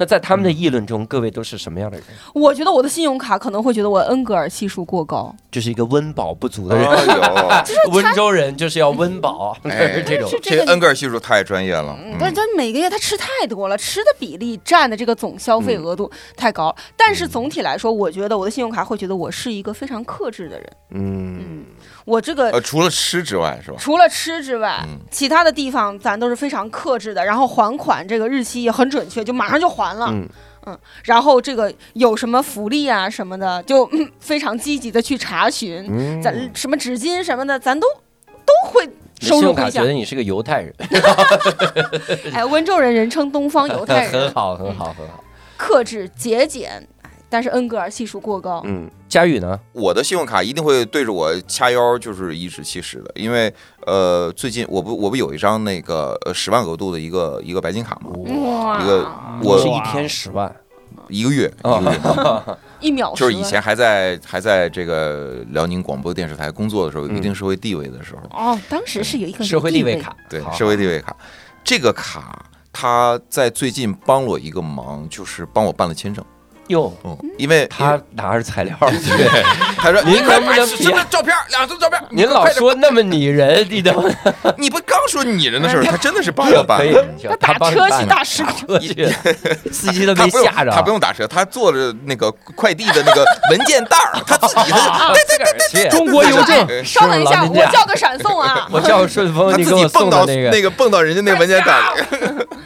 Speaker 1: 那在他们的议论中，各位都是什么样的人？
Speaker 3: 我觉得我的信用卡可能会觉得我恩格尔系数过高，
Speaker 1: 就是一个温饱不足的人。
Speaker 2: 哎
Speaker 1: 温州人就是要温饱， 就
Speaker 2: 呦，
Speaker 1: 是
Speaker 2: 哎，
Speaker 1: 这种。
Speaker 2: 这个恩格尔系数太专业了，
Speaker 3: 但是
Speaker 2: 嗯，
Speaker 3: 他每个月他吃太多了，吃的比例占的这个总消费额度太高了。但是总体来说，我觉得我的信用卡会觉得我是一个非常克制的人。
Speaker 1: 嗯，
Speaker 3: 嗯，我这个
Speaker 2: 呃，除了吃之外是吧？
Speaker 3: 除了吃之外，
Speaker 2: 嗯
Speaker 3: 其他的地方咱都是非常克制的。然后还款这个日期也很准确，就马上就还了。
Speaker 1: 嗯
Speaker 3: 然后这个有什么福利啊什么的，就、嗯非常积极的去查询。
Speaker 1: 嗯
Speaker 3: 咱什么纸巾什么的，咱都都会
Speaker 1: 你信
Speaker 3: 收入
Speaker 1: 用卡
Speaker 3: 回
Speaker 1: 觉
Speaker 3: 家
Speaker 1: 得。你是个犹太人，
Speaker 3: 哎，温州人人称 东方犹太
Speaker 1: 很
Speaker 3: 人，
Speaker 1: 好，很好，很好。
Speaker 3: 克制节俭，哎但是恩格尔系数过高。
Speaker 1: 嗯，佳宇呢？
Speaker 2: 我的信用卡一定会对着我掐腰，就是颐指气使的，因为呃，最近我不我不有一张那个呃十万额度的一个一个白金卡吗？
Speaker 1: 嗯
Speaker 3: 哇，
Speaker 2: 一个我
Speaker 1: 是一天十万，
Speaker 2: 一个月，
Speaker 1: 哦
Speaker 2: 一个月，
Speaker 3: 一秒
Speaker 2: 就是以
Speaker 3: 十万
Speaker 2: 前还在还在这个辽宁广播电视台工作的时候，有一定社会地位的时候，
Speaker 3: 哦，当时是有一个
Speaker 1: 社会
Speaker 3: 地
Speaker 1: 地位，卡。
Speaker 2: 对
Speaker 1: 好
Speaker 2: 社会地位卡，这个卡它在最近帮了我一个忙，就是帮我办了签证，
Speaker 1: 哟，
Speaker 2: 嗯，因为
Speaker 1: 他拿着材料，
Speaker 2: 他说
Speaker 1: 您
Speaker 2: 你快
Speaker 1: 能不能
Speaker 2: 是
Speaker 1: 别
Speaker 2: 什么照片，两张照片，
Speaker 1: 您老说那么拟人，你都
Speaker 2: 你不刚说拟人的事儿，他真的是帮我办
Speaker 1: 哎 可以
Speaker 2: 了。，
Speaker 1: 行他
Speaker 3: 他打
Speaker 1: 帮你
Speaker 3: 车
Speaker 1: 办
Speaker 3: 去
Speaker 1: 了
Speaker 3: 大使馆。
Speaker 1: 车去， 司机都
Speaker 2: 他
Speaker 1: 没
Speaker 2: 不用，
Speaker 1: 吓着，
Speaker 2: 他不用打车，他坐着那个快递的那个文件袋 儿，他自己他
Speaker 1: 啊自个儿去。
Speaker 4: 中 国邮政
Speaker 3: 稍等一下，
Speaker 1: 哎是老人
Speaker 3: 我
Speaker 1: 家！
Speaker 3: 叫个闪送啊
Speaker 1: 我叫顺丰，
Speaker 2: 他
Speaker 1: 哦你
Speaker 2: 自
Speaker 1: 给
Speaker 2: 己
Speaker 1: 我
Speaker 2: 蹦
Speaker 1: 送
Speaker 2: 到
Speaker 1: 的那个，
Speaker 2: 个蹦到人家那文件袋儿里。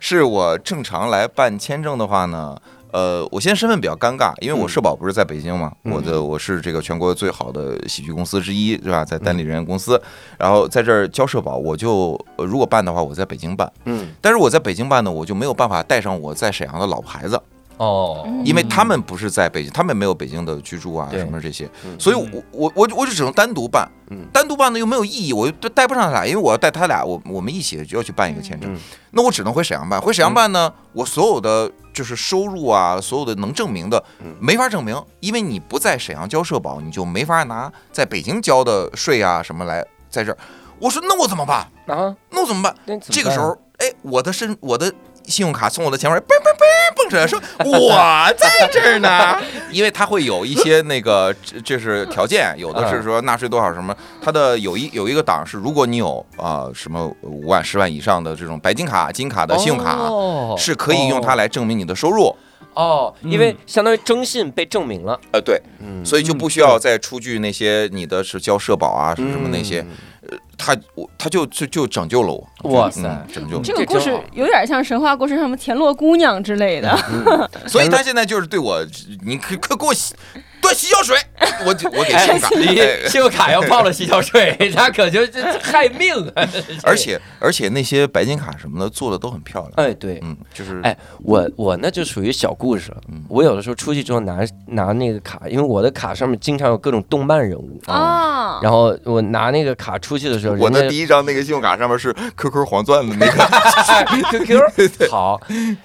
Speaker 2: 是我正常来办签证的话呢，呃，我现在身份比较尴尬，因
Speaker 1: 嗯
Speaker 2: 为我社保不是在北京嘛，我的我是这个全国最好的喜剧公司之一，是吧？在单立
Speaker 1: 嗯
Speaker 2: 人公司，然后在这儿交社保，我就、呃如果办的话，我在北京办，
Speaker 1: 嗯，
Speaker 2: 但是我在北京办呢，我就没有办法带上我在沈阳的老牌子。
Speaker 1: 哦，
Speaker 3: 嗯
Speaker 2: 因为他们不是在北京，他们没有北京的居住啊
Speaker 1: 对
Speaker 2: 什么这些
Speaker 1: 嗯，
Speaker 2: 所以我我我我就只能单独办
Speaker 1: 嗯，
Speaker 2: 单独办呢又没有意义，我又带不上他俩，因为我要带他俩，我我们一起就要去办一个签证
Speaker 1: 嗯，
Speaker 2: 那我只能回沈阳办，回沈阳办呢，我所有的就是收入啊，所有的能证明的
Speaker 1: 嗯
Speaker 2: 没法证明，因为你不在沈阳交社保，你就没法拿在北京交的税啊什么来在这儿，我说那我怎么办？
Speaker 1: 啊，
Speaker 2: 那我怎么办？
Speaker 1: 那怎么
Speaker 2: 这个
Speaker 1: 办
Speaker 2: 时候，哎，我的身我的信用卡从我的钱包里嘣嘣嘣蹦 出来，说我在这儿呢。 因为它会有一些那个这就是条件，有
Speaker 1: 嗯
Speaker 2: 的是说纳税多少什么，它的有一有一个档是，如果你有啊、什么五万十万以上的这种白金卡、金卡的信用卡，
Speaker 1: 哦
Speaker 2: 是可以用它来证明你的收入。
Speaker 1: 哦，
Speaker 4: 嗯
Speaker 1: 因为相当于征信被证明了，
Speaker 2: 呃，对，
Speaker 1: 嗯
Speaker 2: 所以就不需要再出具那些你的是交社保啊什么什么那些，
Speaker 1: 嗯
Speaker 2: 它我它就就就拯救了我。
Speaker 1: 哇塞
Speaker 2: 嗯拯救了我。
Speaker 3: 这个
Speaker 1: 这
Speaker 3: 故
Speaker 1: 真
Speaker 3: 事
Speaker 1: 好
Speaker 3: 有点像神话故事上面田螺姑娘之类的。
Speaker 1: 哎
Speaker 2: 所以他现在就是对我，你可可给我对，洗脚水，我就我给信用卡，
Speaker 1: 你
Speaker 2: 哎
Speaker 1: 信用卡要报了洗脚水，那可就这这害命啊！
Speaker 2: 而且而且那些白金卡什么的做的都很漂亮，
Speaker 1: 哎，对，
Speaker 2: 嗯，就是
Speaker 1: 哎，我我那就属于小故事了
Speaker 2: 嗯。
Speaker 1: 我有的时候出去之后拿拿那个卡，因为我的卡上面经常有各种动漫人物。
Speaker 3: 啊，
Speaker 1: 然后我拿那个卡出去的时候，
Speaker 2: 我的
Speaker 1: 人
Speaker 2: 第一张那个信用卡上面是 QQ 黄钻的那 个，
Speaker 1: 家 QQ 好，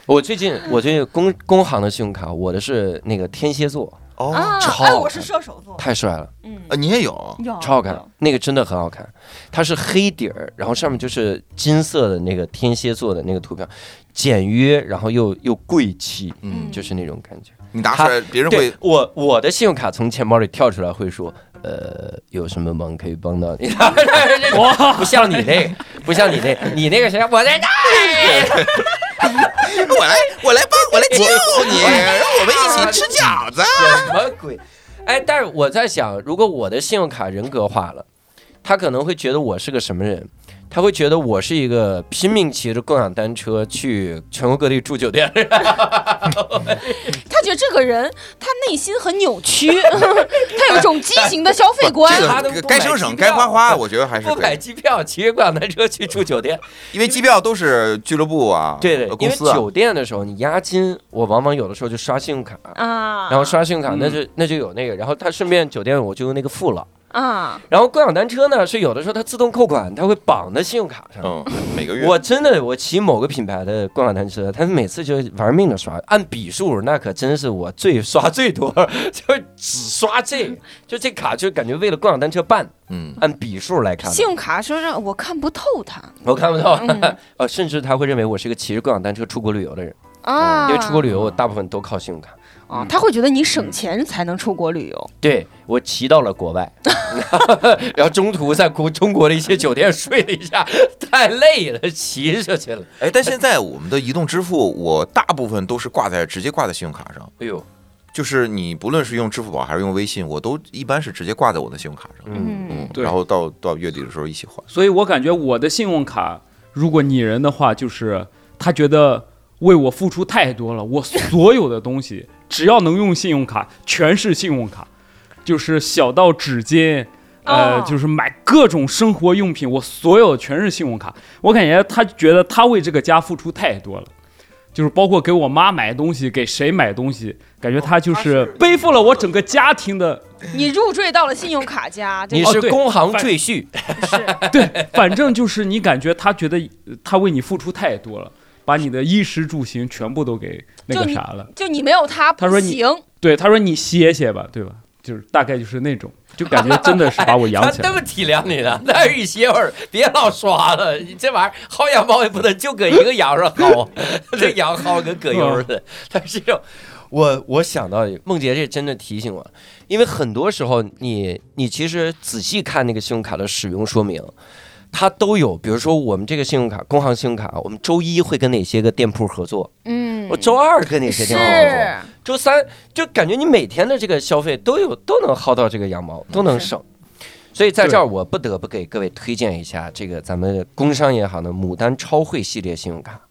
Speaker 1: 我最近我最近工工行的信用卡，我的是那个天蝎座，
Speaker 2: 哦，
Speaker 3: 啊，
Speaker 1: 超
Speaker 3: 哎，我是射手座，
Speaker 1: 太帅了，
Speaker 3: 嗯，
Speaker 2: 啊，你也有
Speaker 3: 有
Speaker 1: 超好
Speaker 2: 哦
Speaker 1: 看，那个真的很好看。它是黑底儿，然后上面就是金色的那个天蝎座的那个图标，简约，然后又又贵气，
Speaker 2: 嗯
Speaker 1: 就是那种感觉。
Speaker 2: 你拿出来别人
Speaker 1: 对
Speaker 2: 会，
Speaker 1: 我我的信用卡从钱包里跳出来会说，呃，有什么忙可以帮到你？ 哇，不像你那个，不像你那，你那个谁，我在这儿。
Speaker 2: 哎我来我来帮我来救你，
Speaker 1: 哎
Speaker 2: 让我们
Speaker 1: 啊
Speaker 2: 一起吃饺子。
Speaker 1: 什么鬼？哎，但是我在想，如果我的信用卡人格化了，他可能会觉得我是个什么人？他会觉得我是一个拼命骑着共享单车去全国各地住酒店的人。
Speaker 3: 他觉得这个人他内心很 扭曲，他有一种畸形的消费观。
Speaker 2: 这
Speaker 1: 他都不
Speaker 2: 个该省省该花花，我觉得还是
Speaker 1: 不
Speaker 2: 可
Speaker 1: 买
Speaker 2: 以，
Speaker 1: 机票，骑着共享单车去住酒店。
Speaker 2: 因为机票都是俱乐部啊，
Speaker 1: 对对
Speaker 2: 呃，
Speaker 1: 因
Speaker 2: 公
Speaker 1: 为
Speaker 2: 司啊，
Speaker 1: 酒店的时候你押金，我往往有的时候就刷信用卡，
Speaker 3: 啊，
Speaker 1: 然后刷信用卡
Speaker 4: 嗯
Speaker 1: 那就那就有那个，然后他顺便酒店我就用那个付了。
Speaker 3: 啊，
Speaker 1: 然后共享单车呢是有的时候它自动扣款，它会绑在信用卡上。
Speaker 2: 嗯，每个月
Speaker 1: 我真的，我骑某个品牌的共享单车，他每次就玩命的刷，按笔数那可真是我最刷最多， 就只刷这个，就这卡就感觉为了共享单车办，
Speaker 2: 嗯，
Speaker 1: 按笔数来看的，
Speaker 3: 信用卡说让我看不透他
Speaker 1: 我看不到，
Speaker 3: 嗯
Speaker 1: 呃，甚至他会认为我是一个骑着共享单车出国旅游的人，
Speaker 3: 啊，
Speaker 1: 因为出国旅游我大部分都靠信用卡，
Speaker 3: 啊，他会觉得你省钱才能出国旅游。
Speaker 1: 对我骑到了国外， 然后中途在国中国的一些酒店睡了一下，太累了，骑着去了，
Speaker 2: 哎，但现在我们的移动支付，我大部分都是挂在直接挂在信用卡上，
Speaker 1: 哎呦，
Speaker 2: 就是你不论是用支付宝还是用微信，我都一般是直接挂在我的信用卡上，
Speaker 1: 嗯，
Speaker 2: 嗯，
Speaker 4: 对
Speaker 2: 然后到到月底的时候一起还。
Speaker 4: 所以我感觉我的信用卡，如果拟人的话，就是他觉得为我付出太多了，我所有的东西只要能用信用卡，全是信用卡，就是小到纸巾。呃，
Speaker 3: 哦
Speaker 4: 就是买各种生活用品，我所有全是信用卡。我感觉他觉得他为这个家付出太多了，就是包括给我妈买东西，给谁买东西，感觉哦他就是背负了我整个家庭的
Speaker 3: 你入赘到了信用卡家，这
Speaker 1: 你
Speaker 4: 哦
Speaker 1: 是
Speaker 4: 对
Speaker 1: 工行
Speaker 4: 反
Speaker 1: 赘婿，
Speaker 4: 反正就是你感觉他觉得呃他为你付出太多了，把你的衣食住行全部都给那
Speaker 3: 就
Speaker 4: 个
Speaker 3: 你
Speaker 4: 啥了。
Speaker 3: 就你没有他
Speaker 4: 他
Speaker 3: 不
Speaker 4: 说你
Speaker 3: 行。
Speaker 4: 对，他说你歇歇吧，对吧？就是大概就是那种，就感觉真的是把我养
Speaker 1: 他
Speaker 4: 起
Speaker 1: 这
Speaker 4: 来。
Speaker 1: 么体谅你的，但是你歇会儿，别老刷了。你这玩意儿薅羊毛也不能就搁一个羊上薅， 这羊薅跟葛优似
Speaker 4: 嗯
Speaker 1: 的。 但是这种我我想到梦洁这真的提醒我，因为很多时候你你其实仔细看那个信用卡的使用说明。它都有，比如说我们这个信用卡，工行信用卡，我们周一会跟哪些个店铺合作，
Speaker 3: 嗯，
Speaker 1: 我周二跟哪些
Speaker 3: 是
Speaker 1: 店铺合作，周三就感觉你每天的这个消费都有都能薅到这个羊毛，都能省。所以在这儿，我不得不给各位推荐一下这个咱们工商银行的牡丹超惠系列信用卡，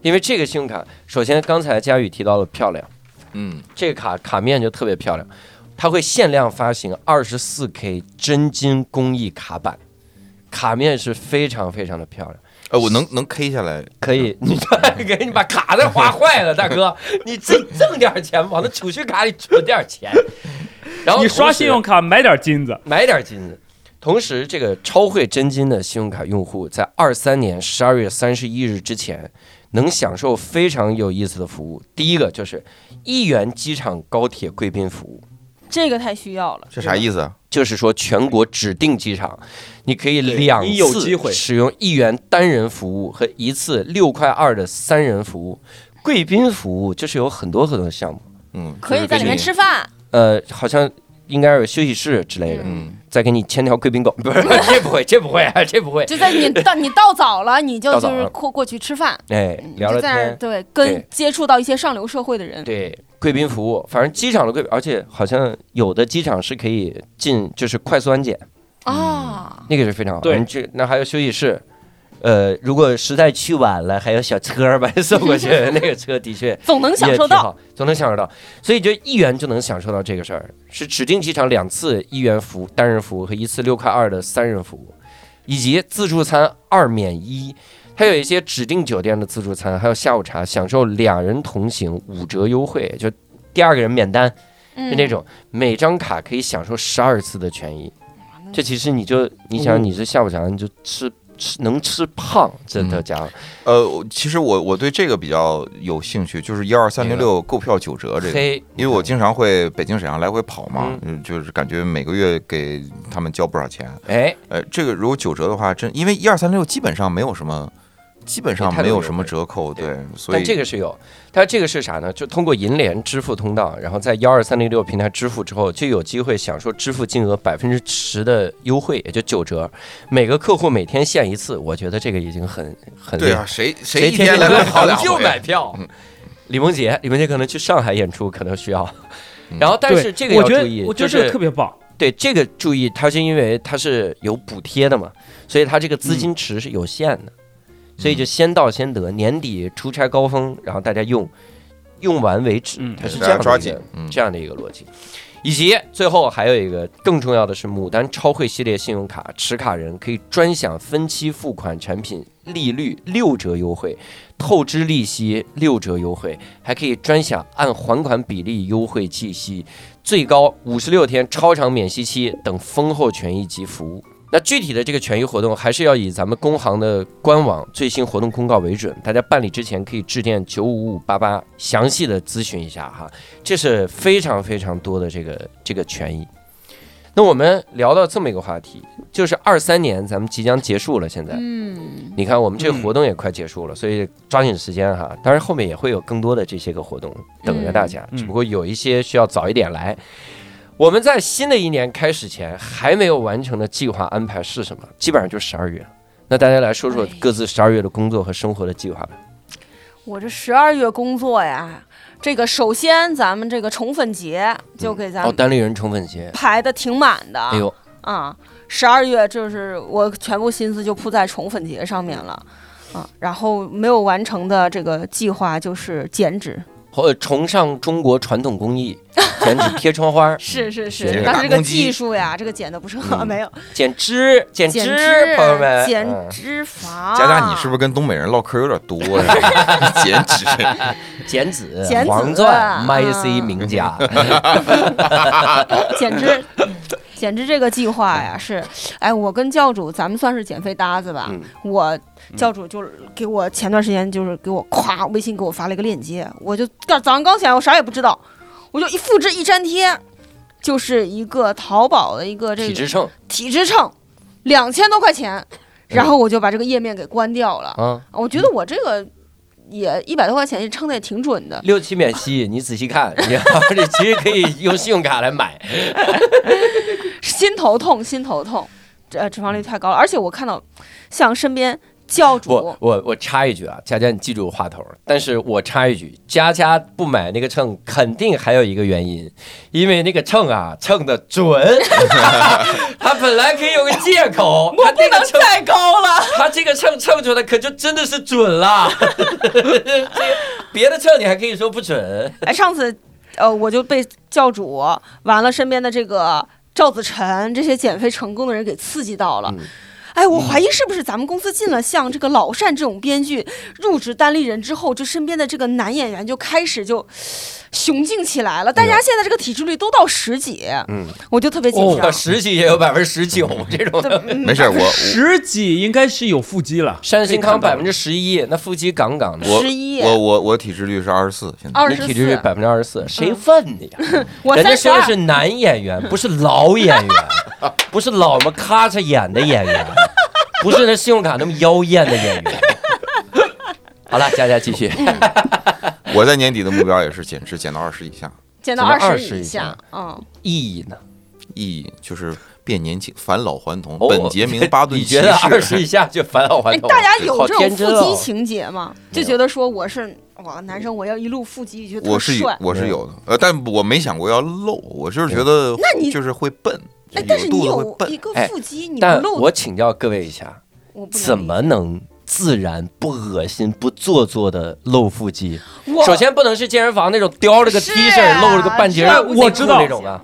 Speaker 1: 因为这个信用卡，首先刚才佳宇提到了漂亮，
Speaker 2: 嗯，
Speaker 1: 这个卡卡面就特别漂亮，它会限量发行二十四 K 真金工艺卡板，卡面是非常非常的漂亮。
Speaker 2: 哎，我能能 K 下来，
Speaker 1: 可以，你
Speaker 4: 嗯
Speaker 1: 给你把卡都划坏了，大哥，你自己挣点钱，往那储蓄卡里存点钱，然后
Speaker 4: 你刷
Speaker 1: 同时
Speaker 4: 信用卡买点金子，
Speaker 1: 买点金子。同时，这个超惠真金的信用卡用户在二三年十二月三十一日之前，能享受非常有意思的服务。第一个就是一元机场高铁贵宾服务，
Speaker 3: 这个太需要了。
Speaker 2: 这啥意思啊？
Speaker 1: 就是说全国指定机场，你可以
Speaker 4: 对
Speaker 1: 两
Speaker 4: 你有
Speaker 1: 次
Speaker 4: 机会
Speaker 1: 使用一元单人服务和一次六块二的三人服务。贵宾服务就是有很多很多项目，
Speaker 2: 嗯，
Speaker 3: 可以在里面
Speaker 2: 就是
Speaker 3: 吃饭，
Speaker 1: 呃，好像应该有休息室之类的，
Speaker 2: 给你。嗯，
Speaker 1: 再给你牵条贵宾狗， 不是这不会，这不会，啊 这不会。
Speaker 3: 就在你到你到早了，你就
Speaker 1: 到
Speaker 3: 就
Speaker 1: 早
Speaker 3: 是
Speaker 1: 了
Speaker 3: 过过去吃饭，
Speaker 1: 哎，
Speaker 3: 嗯
Speaker 1: 聊
Speaker 3: 就
Speaker 1: 聊
Speaker 3: 在那儿
Speaker 1: 天，
Speaker 3: 对，
Speaker 1: 对
Speaker 3: 跟接触到一些上流社会的人，
Speaker 1: 对贵宾服务，反正机场的贵宾，而且好像有的机场是可以进，就是快速安检，
Speaker 3: 啊，
Speaker 1: 那个是非常好。
Speaker 4: 对
Speaker 1: 嗯这那还有休息室，呃，如果实在去晚了，还有小车儿把你 送 过去，那个车的确
Speaker 3: 总能享
Speaker 1: 也
Speaker 3: 受
Speaker 1: 挺
Speaker 3: 到。
Speaker 1: 好，总能享受到。所以就一元就能享受到这个事儿，是指定机场两次一元服务单人服务和一次六块二的三人服务，以及自助餐二免一。还有一些指定酒店的自助餐，还有下午茶，享受两人同行五折优惠，就第二个人免单，
Speaker 3: 嗯
Speaker 1: 就那种每张卡可以享受十二次的权益。这其实你就你想，你是下午茶，你就吃吃能吃胖，真的
Speaker 2: 嗯
Speaker 1: 家伙，
Speaker 2: 呃，我其实我我对这个比较有兴趣，就是一二三零六购票九折嗯哦这个，
Speaker 1: 黑，
Speaker 2: 因为我经常会北京沈阳来回跑嘛
Speaker 1: 嗯，
Speaker 2: 嗯就是感觉每个月给他们交不少钱。
Speaker 1: 哎，
Speaker 2: 呃，这个如果九折的话，真因为一二三六基本上没有什么，基本上
Speaker 1: 没太
Speaker 2: 没
Speaker 1: 多优
Speaker 2: 有什么
Speaker 1: 惠
Speaker 2: 折扣，
Speaker 1: 对
Speaker 2: 对，所
Speaker 1: 但
Speaker 2: 以
Speaker 1: 这个是有，它这个是啥呢？就通过银联支付通道，然后在幺二三零六平台支付之后，就有机会享受支付金额百分之十的优惠，也就九折。每个客户每天限一次，我觉得这个已经很很厉
Speaker 2: 对
Speaker 1: 害
Speaker 2: 啊，
Speaker 1: 了。
Speaker 2: 谁
Speaker 1: 谁
Speaker 2: 一天来
Speaker 1: 来
Speaker 2: 回跑两
Speaker 1: 就
Speaker 2: 回嗯
Speaker 1: 买票？李梦洁，李梦洁可能去上海演出可能需要。
Speaker 2: 嗯
Speaker 1: 然后，但
Speaker 4: 对
Speaker 1: 是这个
Speaker 4: 我
Speaker 1: 要
Speaker 4: 觉
Speaker 1: 注
Speaker 4: 得
Speaker 1: 意，
Speaker 4: 我觉
Speaker 1: 就
Speaker 4: 得这个
Speaker 1: 是
Speaker 4: 特别棒，
Speaker 1: 对这个注意，它是因为它是有补贴的嘛，所以它这个资
Speaker 2: 嗯
Speaker 1: 金池是有限的，所以就先到先得，年底出差高峰，然后大家用，用完为止，
Speaker 4: 嗯
Speaker 1: 它是
Speaker 2: 大
Speaker 1: 这
Speaker 2: 家
Speaker 1: 样的
Speaker 2: 抓
Speaker 1: 一
Speaker 2: 紧
Speaker 1: 个，
Speaker 2: 嗯，
Speaker 1: 这样的一个逻辑。以及最后还有一个更重要的是，牡丹超惠系列信用卡持卡人可以专享分期付款产品利率六折优惠，透支利息六折优惠，还可以专享按还款比例优惠计息，最高五十六天超长免息期等丰厚权益及服务。那具体的这个权益活动还是要以咱们工行的官网最新活动公告为准，大家办理之前可以致电九五五八八详细的咨询一下哈。这是非常非常多的这个这个权益。那我们聊到这么一个话题，就是二三年咱们即将结束了，现在。
Speaker 3: 嗯，
Speaker 1: 你看，我们这个活动也快结束了，所以抓紧时间哈。当然，后面也会有更多的这些个活动等着大家，
Speaker 4: 嗯
Speaker 1: 只不过有一些需要早一点来。我们在新的一年开始前还没有完成的计划安排是什么？基本上就是十二月。那大家来说说
Speaker 3: 哎
Speaker 1: 各自十二月的工作和生活的计划吧。
Speaker 3: 我这十二月工作呀，这个首先咱们这个宠粉节就给咱
Speaker 1: 哦，
Speaker 3: 们
Speaker 1: 单立人宠粉节，
Speaker 3: 排的挺满的。
Speaker 1: 哎呦，
Speaker 3: 啊，十二月就是我全部心思就扑在宠粉节上面了。啊，然后没有完成的这个计划就是减脂，
Speaker 1: 或崇尚中国传统工艺，剪纸贴窗 花，
Speaker 3: 是
Speaker 2: 减
Speaker 3: 是是
Speaker 2: 脂，
Speaker 3: 但
Speaker 2: 打
Speaker 3: 是这个
Speaker 2: 公鸡
Speaker 3: 技术呀，这个减的不是很
Speaker 1: 嗯
Speaker 3: 没有
Speaker 1: 剪枝，剪
Speaker 3: 减
Speaker 1: 枝
Speaker 3: 脂，，
Speaker 1: 朋友们，
Speaker 3: 减
Speaker 1: 嗯
Speaker 3: 脂肪。
Speaker 2: 佳
Speaker 1: 啊
Speaker 2: 佳，你是不是跟东北人唠嗑有点多呀？ 减脂，
Speaker 1: 剪子
Speaker 3: 剪、啊子
Speaker 1: 黄钻、
Speaker 3: 嗯
Speaker 1: MyC 名家，
Speaker 3: 减脂，
Speaker 1: 嗯
Speaker 3: 减脂这个计划呀是，哎，我跟教主咱们算是减肥搭子吧。
Speaker 1: 嗯
Speaker 3: 我教主就给我前段时间就是给我夸微信给我发了一个链接，我就干早上刚起来我啥也不知道，我就一复制一粘贴，就是一个淘宝的一个这
Speaker 1: 体
Speaker 3: 个
Speaker 1: 脂秤
Speaker 3: 体脂秤，两千多块钱，然后我就把这个页面给关掉了。
Speaker 1: 啊，
Speaker 3: 我觉得我这个也一百多块钱称的也挺准的，
Speaker 1: 六七免息，你仔细看，你要 你其实可以用信用卡来买，
Speaker 3: 心头痛，心头痛，这呃脂肪
Speaker 1: 嗯
Speaker 3: 率太高了，而且我看到像身边教
Speaker 1: 我
Speaker 3: 主，
Speaker 1: 我我插一句啊，佳佳，你记住我话头儿。但是我插一句，佳佳不买那个秤，肯定还有一个原因，因为那个秤啊称的准， 他本来可以有个借口，他那个秤太高了，他这个秤称出来可就真的是准了。 这别的秤你还可以说不准，
Speaker 3: 哎，上次呃我就被教主完了身边的这个赵子晨这些减肥成功的人给刺激到了。
Speaker 1: 嗯
Speaker 3: 哎，我怀疑是不是咱们公司进了像这个老善这种编剧入职单立人之后，就身边的这个男演员就开始就雄竞起来了。大家现在这个体脂率都到十几，
Speaker 1: 哎嗯，
Speaker 3: 我就特别紧张。
Speaker 1: 哦十几也有百分之十九这种的。
Speaker 3: 对嗯
Speaker 2: 没事，我我
Speaker 4: 十几应该是有腹肌了，
Speaker 1: 山新康百分
Speaker 4: 之
Speaker 1: 之十一，那腹肌杠杠的。
Speaker 2: 我
Speaker 3: 11
Speaker 2: 我我我体脂率是二十四，现在
Speaker 3: 二
Speaker 1: 你
Speaker 3: 十
Speaker 1: 体脂率
Speaker 3: 四，嗯
Speaker 1: 百分之二十四，谁问你呀？
Speaker 3: 我啊
Speaker 1: 人家
Speaker 3: 三十
Speaker 1: 说
Speaker 3: 二
Speaker 1: 的。是男演员，不是老演员， 不是老么咔嚓演的演员，不是那信用卡那么妖艳的演员。好了，佳佳继续。
Speaker 3: 嗯
Speaker 2: 我在年底的目标也是减脂减到二十以下，
Speaker 3: 减到
Speaker 1: 减到20
Speaker 3: 二十
Speaker 1: 以
Speaker 3: 以
Speaker 1: 下
Speaker 3: 下，嗯，
Speaker 1: 意义呢？
Speaker 2: 意义就是变年轻，返老还童。
Speaker 1: 哦
Speaker 2: 本杰明巴 顿
Speaker 1: 你
Speaker 2: 骑
Speaker 1: 觉得二十
Speaker 2: 士，
Speaker 1: 以下就返老还
Speaker 3: 哎，
Speaker 1: 童？
Speaker 3: 大家有
Speaker 1: 好
Speaker 3: 这
Speaker 1: 哦天
Speaker 3: 种
Speaker 1: 真
Speaker 3: 腹肌
Speaker 1: 哦
Speaker 3: 情节吗？就
Speaker 1: 没有
Speaker 3: 觉得说我是哇，男生我要一路腹肌，觉得特
Speaker 2: 我是有
Speaker 3: 帅。
Speaker 2: 我是有的，呃，但我没想过要露，我就是觉得
Speaker 1: 嗯
Speaker 3: 那你
Speaker 2: 就是会笨，
Speaker 3: 哎
Speaker 2: 就，
Speaker 3: 但是你
Speaker 2: 肚子会
Speaker 3: 有
Speaker 2: 笨
Speaker 3: 一。个
Speaker 1: 哎
Speaker 3: 腹肌，你不
Speaker 1: 但
Speaker 3: 露，
Speaker 1: 我请教各位一下，
Speaker 3: 我不能
Speaker 1: 怎么能自然不恶心不做作的露腹肌？
Speaker 3: 理解？我
Speaker 1: 首先不能是健身房那种叼着个 T
Speaker 3: 是
Speaker 1: 恤、
Speaker 3: 啊
Speaker 1: 露着个半截
Speaker 3: 这
Speaker 1: 儿
Speaker 3: 不
Speaker 1: 内裤
Speaker 3: 行
Speaker 1: 那种的，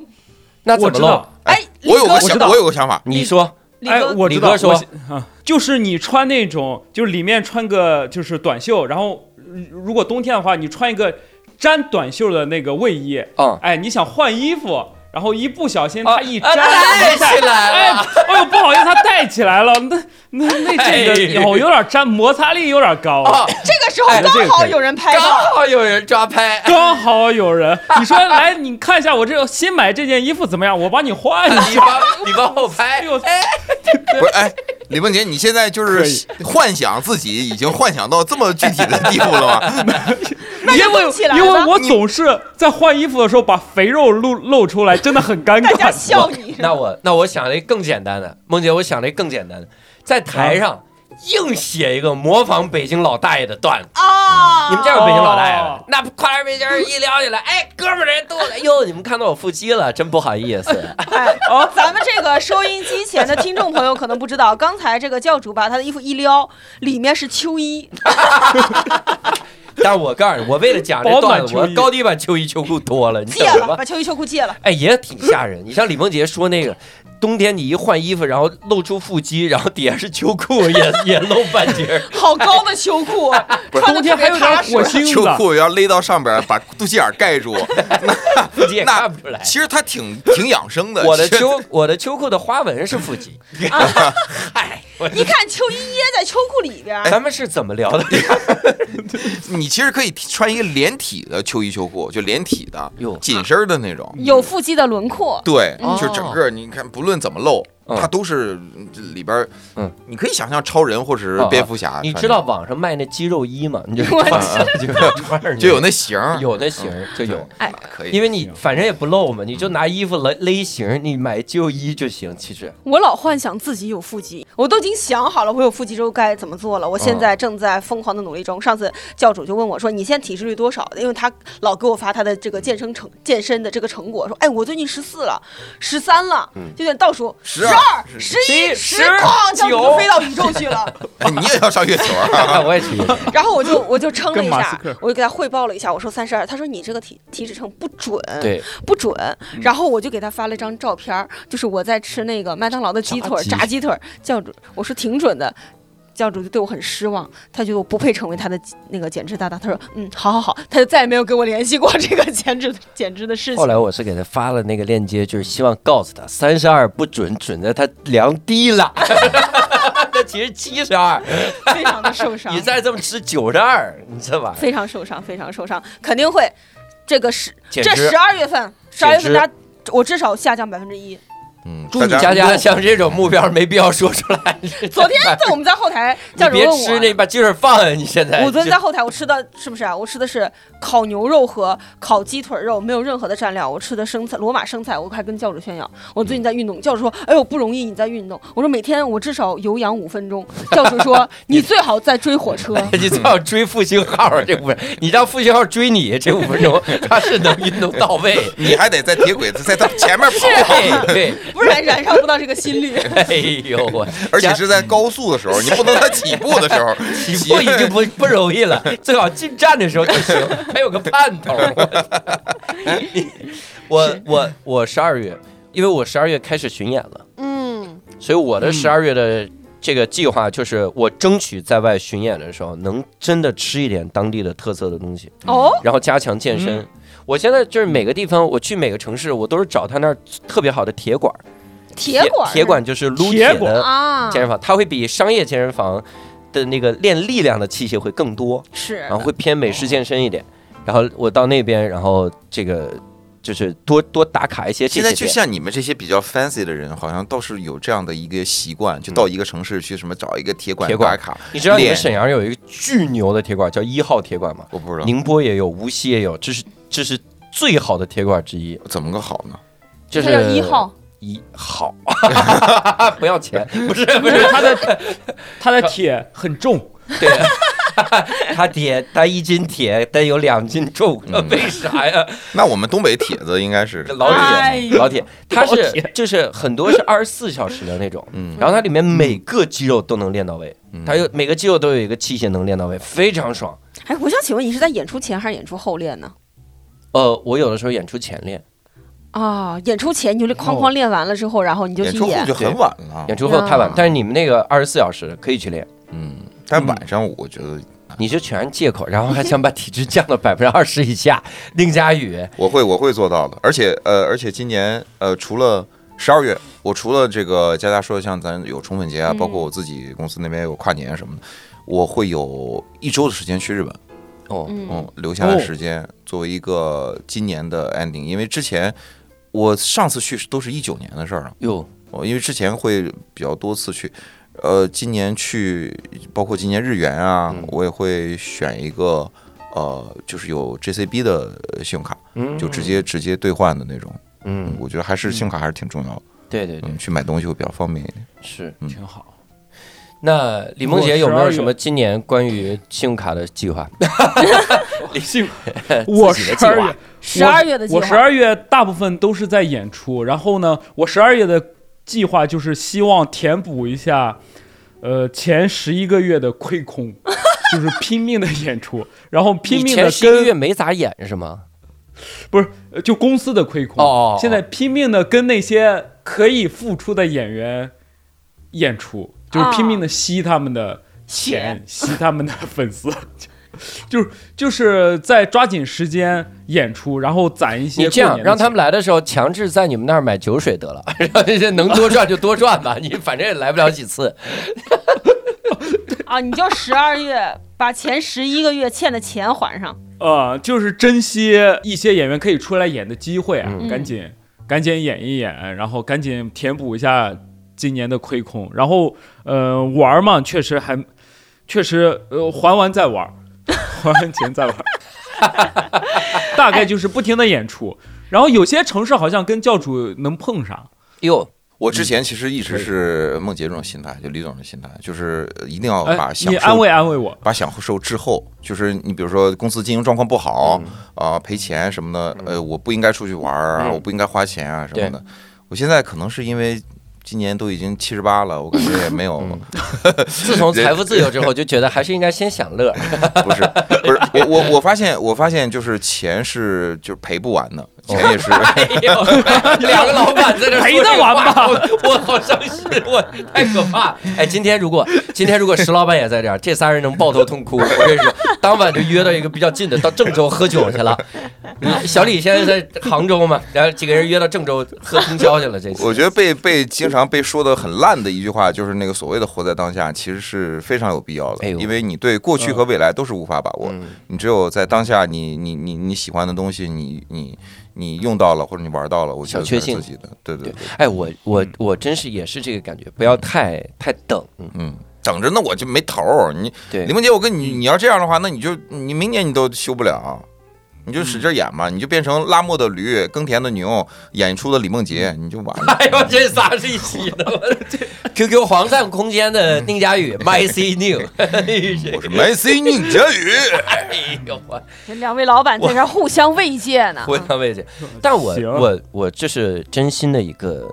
Speaker 1: 那
Speaker 4: 我
Speaker 1: 怎么
Speaker 4: 知
Speaker 1: 露
Speaker 4: 道？，
Speaker 3: 哎，李
Speaker 2: 我有
Speaker 3: 哥
Speaker 2: 个想，我有个想法，
Speaker 1: 你说
Speaker 3: 李
Speaker 4: 哎，
Speaker 3: 哥，
Speaker 4: 我知道，
Speaker 1: 李哥说
Speaker 4: 我啊，就是你穿那种，就是里面穿个就是短袖，然后嗯如果冬天的话，你穿一个沾短袖的那个卫衣，
Speaker 1: 嗯
Speaker 4: 哎，你想换衣服，然后一不小心
Speaker 1: 啊
Speaker 4: 它一
Speaker 1: 啊
Speaker 4: 粘，
Speaker 1: 带起
Speaker 4: 哎
Speaker 1: 来了，，
Speaker 4: 哎呦，不好意思，它带起来了，那那那这个
Speaker 1: 哎
Speaker 4: 哦有有点粘，摩擦力有点高，
Speaker 1: 啊，
Speaker 3: 这个时候
Speaker 1: 哎这
Speaker 3: 刚
Speaker 1: 个
Speaker 3: 好
Speaker 1: 可以
Speaker 3: 有人拍
Speaker 1: 刚
Speaker 3: 到，
Speaker 1: 好有人抓 拍。
Speaker 4: 刚好有人，你说来，你看一下我这新买这件衣服怎么样？我帮你 换一
Speaker 1: 你
Speaker 4: 下。
Speaker 1: 帮你帮我拍
Speaker 4: 哎， 呦，
Speaker 2: 不是，哎，李梦洁，你现在就是 幻想自己已经幻想到这么具体的地步了吗？
Speaker 3: 那
Speaker 4: 因
Speaker 3: 就
Speaker 4: 为
Speaker 3: 动起来
Speaker 4: 因为
Speaker 3: 了，
Speaker 4: 我总是在换衣服的时候把肥肉露露出来，真的很尴
Speaker 3: 大家
Speaker 4: 尬。
Speaker 3: 笑你。
Speaker 1: 那我那我想了一个更简单的，梦姐，我想了一个更简单的，在台上硬写一个模仿北京老大爷的段子。
Speaker 3: 啊！
Speaker 1: 你们见过北京老大爷吗
Speaker 4: 哦？
Speaker 1: 那夸北京人一撩起来，哎，哥们儿这肚子，哟，你们看到我腹肌了，真不好意思。
Speaker 3: 哎，咱们这个收音机前的听众朋友可能不知道，刚才这个教主把他的衣服一撩，里面是秋衣，
Speaker 1: 但是我告诉你，我为了讲这
Speaker 4: 饱
Speaker 1: 段
Speaker 4: 满
Speaker 1: 子，
Speaker 4: 秋
Speaker 1: 我
Speaker 4: 衣
Speaker 1: 高低把秋衣秋裤脱了，你
Speaker 3: 戒
Speaker 1: 懂什
Speaker 3: 了，
Speaker 1: 么？
Speaker 3: 把秋衣秋裤戒了。
Speaker 1: 哎，也挺吓人。你像李梦洁说那个，冬天你一换衣服，然后露出腹肌，然后底下是秋裤，也也露半截儿。
Speaker 3: 好高的秋裤，穿的
Speaker 4: 冬天
Speaker 3: 特
Speaker 4: 还
Speaker 3: 别
Speaker 4: 有点
Speaker 3: 踏实
Speaker 4: 火。星
Speaker 2: 秋
Speaker 4: 子，
Speaker 2: 裤要勒到上边儿，把肚脐眼儿 盖住。
Speaker 1: 腹肌也
Speaker 2: 那
Speaker 1: 看不出来。
Speaker 2: 其实它挺挺养生 的。
Speaker 1: 我的
Speaker 2: 其实啊
Speaker 1: 秋我的秋裤的花纹是腹 肌。 嗨，我
Speaker 3: 一看秋衣掖在秋裤里
Speaker 2: 哎
Speaker 3: 边，
Speaker 1: 咱们是怎么聊 的？
Speaker 2: 你其实可以穿一个连体的秋衣秋裤，就连体的
Speaker 1: 哟，
Speaker 2: 紧身儿的那种。
Speaker 3: 有腹肌的轮廓，
Speaker 2: 对，
Speaker 1: 嗯
Speaker 2: 就整个你看，不论怎么露，
Speaker 1: 嗯
Speaker 2: 它都是嗯这里边儿，
Speaker 1: 嗯
Speaker 2: 你可以想象超人或者是
Speaker 1: 哦哦
Speaker 2: 蝙蝠侠穿的，
Speaker 1: 你知道网上卖那肌肉衣吗？你就
Speaker 3: 我
Speaker 1: 穿上，就穿上去
Speaker 2: 就有那嗯型儿，
Speaker 1: 有那型儿就有
Speaker 2: 对。
Speaker 3: 哎
Speaker 2: 可以。
Speaker 1: 因为
Speaker 4: 嗯
Speaker 1: 你反正也不露嘛，你就拿衣服勒勒型儿，你买肌肉衣就行。其实
Speaker 3: 我老幻想自己有腹肌，我都已经想好了，我有腹肌之后该怎么做了。我现在正在疯狂的努力中。上次教主就问我说：“你现在体脂率多少？”因为他老给我发他的这个健身成健身的这个成果，说：“哎，我最近十四了，十三了，就有点倒数，
Speaker 2: 12
Speaker 3: 二、嗯十一、
Speaker 1: 十
Speaker 3: 十，哐，教主
Speaker 1: 九
Speaker 3: 就飞到宇宙去 了。
Speaker 2: 哎你也要上月球 啊？
Speaker 1: 我也去，
Speaker 3: 然后我就我就称了一
Speaker 4: 跟马斯
Speaker 3: 下
Speaker 4: 克，
Speaker 3: 我就给他汇报了一下，我说三十二，他说你这个体体脂秤不准，
Speaker 1: 对，
Speaker 3: 不准。
Speaker 1: 嗯
Speaker 3: 然后我就给他发了一张照片儿，就是我在吃那个麦当劳的鸡腿儿、
Speaker 1: 炸鸡
Speaker 3: 炸鸡腿儿，教主我说挺准的。教主就对我很失望，他觉得我不配成为他的那个减脂搭档。他说：“嗯，好好好。”他就再也没有跟我联系过这个减脂减脂的事
Speaker 1: 后
Speaker 3: 情。
Speaker 1: 来我是给他发了那个链接，就是希望告诉他三十二不准，准在他量低了。 那其实七十二，
Speaker 3: 非常的受伤
Speaker 1: 你，再这么吃九十二，你这玩意儿
Speaker 3: 非常受伤，非常受伤，肯定会。这个十
Speaker 1: 简
Speaker 3: 这
Speaker 1: 直
Speaker 3: 十。二月份，十二月份
Speaker 1: 减
Speaker 3: 大家我至少下降百分 之一。
Speaker 2: 嗯，
Speaker 1: 祝你
Speaker 2: 大
Speaker 1: 佳佳像这种目标没必要说 出来。
Speaker 3: 昨天在我们在后台，
Speaker 1: 你
Speaker 3: 教主
Speaker 1: 别
Speaker 3: 问我，
Speaker 1: 吃那把鸡腿放啊下，你现在
Speaker 3: 我昨天在后台，我吃的是不是啊？我吃的是烤牛肉和烤鸡腿肉，没有任何的蘸料。我吃的生菜，罗马生菜。我还跟教主炫耀，我最近在运动。教主说：“哎呦，不容易，你在运动。”我说：“每天我至少有氧五分钟。”教主说：“你最好在追火车。
Speaker 1: 你最好追复兴号儿这五分，你让复兴号追你这五分钟，他是能运动到 位。
Speaker 2: 你还得在铁轨 在他前面跑，
Speaker 1: 对对，”
Speaker 3: 不然燃烧不到这个心率。
Speaker 1: 哎呦我，
Speaker 2: 而且是在高速的时候，你不能在起步的时 候
Speaker 1: 起步已经不不容易 了，最好进站的时候就行，还有个盼头。 我我我我十二月，因为我十二月开始巡演了，
Speaker 3: 嗯，
Speaker 1: 所以我的十二月的这个计划就是，我争取在外巡演的时候能真的吃一点当地的特色的东西，
Speaker 3: 哦，
Speaker 1: 然后加强健身。我现在就是每个地方，我去每个城市，我都是找他那儿特别好的铁馆儿，
Speaker 3: 铁管儿
Speaker 1: 铁馆就是撸
Speaker 4: 铁
Speaker 1: 铁
Speaker 4: 馆
Speaker 1: 的
Speaker 3: 啊
Speaker 1: 健，身房，它会比商业健身房的那个练力量的器械会更多，
Speaker 3: 是
Speaker 1: 然后会偏美式健身一点。然后我到那边，然后这个就是多多打卡一些这
Speaker 2: 现
Speaker 1: 些
Speaker 2: 在就
Speaker 1: 店。
Speaker 2: 像你们这些比较 fancy 的人，好像倒是有这样的一个习惯，就到一个城市去什么找一个铁馆
Speaker 1: 嗯铁馆
Speaker 2: 打卡。
Speaker 1: 你知道你们
Speaker 2: 练
Speaker 1: 沈阳有一个巨牛的铁馆叫一号铁馆吗？
Speaker 2: 我不知道
Speaker 1: 宁波也有，无锡也有，这是这是最好的铁馆之一，
Speaker 2: 怎么个好呢？
Speaker 1: 就
Speaker 3: 它叫
Speaker 1: 是
Speaker 3: 一号
Speaker 1: 一好， 不要钱，不是不
Speaker 4: 就是
Speaker 1: 是
Speaker 4: 它的它的铁很重，
Speaker 1: 对。他铁，他一斤铁得有两斤重，
Speaker 2: 嗯
Speaker 1: 为啥呀？
Speaker 2: 那我们东北铁子应该是
Speaker 1: 老
Speaker 3: 哎
Speaker 1: 铁，
Speaker 3: 呦
Speaker 1: 老铁，他
Speaker 4: 老
Speaker 1: 是
Speaker 4: 铁
Speaker 1: 就是很多是二十四小时的那种，
Speaker 2: 嗯
Speaker 1: 然后它里面每个肌肉都能练到位，它有每个肌肉都有一个器械能练到位，非常爽。
Speaker 3: 哎，我想请问你是在演出前还是演出后练呢？
Speaker 1: 呃，我有的时候演出前练，
Speaker 3: 啊，演出前你就哐哐练完了之后，然后你就
Speaker 2: 演
Speaker 3: 去
Speaker 2: 出后
Speaker 3: 演
Speaker 2: 就很晚了
Speaker 1: 演，出后太晚
Speaker 3: 啊，
Speaker 1: 但是你们那个二十四小时可以去练，
Speaker 2: 嗯，但晚上我觉得
Speaker 1: 你是全是借口，然后还想把体质降到百分之二十以下。宁佳宇，
Speaker 2: 我会我会做到的，而且呃，而且今年呃，除了十二月，我除了这个佳佳说的像咱有宠粉节啊，
Speaker 3: 嗯
Speaker 2: 包括我自己公司那边有跨年啊什么的，我会有一周的时间去日本，
Speaker 1: 哦，
Speaker 3: 嗯
Speaker 2: 嗯，留下来
Speaker 4: 哦
Speaker 2: 时间作为一个今年的 ending，因为之前我上次去都是一九年的事儿了，
Speaker 1: 哟，
Speaker 2: 哦，因为之前会比较多次去，呃，今年去，包括今年日元啊，
Speaker 1: 嗯
Speaker 2: 我也会选一个，呃，就是有 JCB 的呃信用卡，
Speaker 1: 嗯
Speaker 2: 就直接直接兑换的那种。
Speaker 1: 嗯，
Speaker 2: 我觉得还是信用卡还是挺重要的，
Speaker 1: 对对对，
Speaker 2: 嗯，去买东西会比较方便一点。
Speaker 1: 是。
Speaker 4: 挺好。
Speaker 1: 那李梦洁有没有什么今年关于信用卡的计划？
Speaker 4: 理性，我
Speaker 1: 自己的
Speaker 4: 十
Speaker 1: 计划
Speaker 4: 二月
Speaker 3: 十二月的计
Speaker 4: 我十
Speaker 3: 划，
Speaker 4: 二月大部分都是在演出，然后呢，我十二月的计划就是希望填补一下，呃，前十一个月的亏 空，就是拼命的演出，然后拼
Speaker 1: 你
Speaker 4: 命
Speaker 1: 前
Speaker 4: 的
Speaker 1: 十一个月
Speaker 4: 跟
Speaker 1: 没咋演是吗？
Speaker 4: 不是呃就公司的亏空，
Speaker 1: 哦哦哦
Speaker 4: 现在拼命的跟那些可以付出的演员演出，就是拼命的吸他们的
Speaker 3: 哦
Speaker 4: 钱，吸他们的粉丝。 就就是就是在抓紧时间演出，然后攒一些
Speaker 1: 你
Speaker 4: 过
Speaker 1: 这
Speaker 4: 年的钱。
Speaker 1: 样让他们来的时候，强制在你们那儿买酒水得了， 然后这能多赚就多赚吧，你反正也来不了几次。
Speaker 3: 啊，你就十二月把前十一个月欠的钱还上。
Speaker 4: 呃，就是珍惜一些演员可以出来演的机会啊，
Speaker 1: 嗯
Speaker 4: 赶紧赶紧演一演，然后赶紧填补一下今年的亏空。然后呃，玩儿嘛，确实还确实呃，还完再玩儿， 还完钱再玩儿， 大概就是不停的演出。然后有些城市好像跟教主能碰上，
Speaker 1: 哟，
Speaker 2: 我之前其实一直是梦洁这种心态，就李总的心态，就是一定要
Speaker 4: 哎
Speaker 2: 哦把，享
Speaker 4: 你
Speaker 2: 受
Speaker 4: 安慰安慰我。
Speaker 2: 把享受滞后，就是你比如说公司经营状况不好
Speaker 1: 嗯
Speaker 2: 啊、赔钱什么的，呃，我不应该出去玩儿啊，
Speaker 1: 嗯
Speaker 2: 我不应该花钱啊什么的。我现在可能是因为今年都已经七十八了，我感觉也没有，
Speaker 1: 嗯自从财富自由之后，就觉得还是应该先享乐。
Speaker 2: 不是不是，我我我发现我发现就是钱是就是赔不完
Speaker 1: 哦
Speaker 2: 的，钱也是
Speaker 1: 哎 两个老板在这
Speaker 4: 陪得完吗
Speaker 1: 吧？我我好伤心，我太可怕了。哎，今天如果今天如果石老板也在这儿，这仨人能抱头痛哭。我跟你说，当晚就约到一个比较近的，到郑州喝酒去了。小李现在在杭州嘛，然后几个人约到郑州喝通宵去了。这次
Speaker 2: 我觉得被被经常被说的很烂的一句话，就是那个所谓的活在当下，其实是非常有必要
Speaker 1: 哎
Speaker 2: 的，
Speaker 1: 呦
Speaker 2: 因为你对过去和未来都是无法把握，
Speaker 1: 嗯
Speaker 2: 你只有在当下你，你你你喜欢的东西你，你你用到了或者你玩到了，我觉得
Speaker 1: 小确
Speaker 2: 才
Speaker 1: 幸
Speaker 2: 是自己的，对对对，
Speaker 1: 哎，我我我真是也是这个感觉，不要太太等。嗯，
Speaker 2: 嗯。等着那我就没头儿，你
Speaker 1: 对
Speaker 2: 林，梦姐，我跟你，你要这样的话，那你就你明年你都修不了，你就使劲演
Speaker 1: 嗯
Speaker 2: 嘛，你就变成拉磨的驴，耕田的牛，演出的李梦洁，你就完了。
Speaker 1: 哎呦，这仨是一起的。嗯我的 这 QQ 黄鳝空间的宁佳 宇，My C New，
Speaker 2: 我是梅西宁佳宇。
Speaker 1: 哎呦我。
Speaker 3: 两位老板在这儿互相慰藉呢。啊
Speaker 1: 我想慰藉，但我
Speaker 4: 行
Speaker 1: 我我这是真心的一个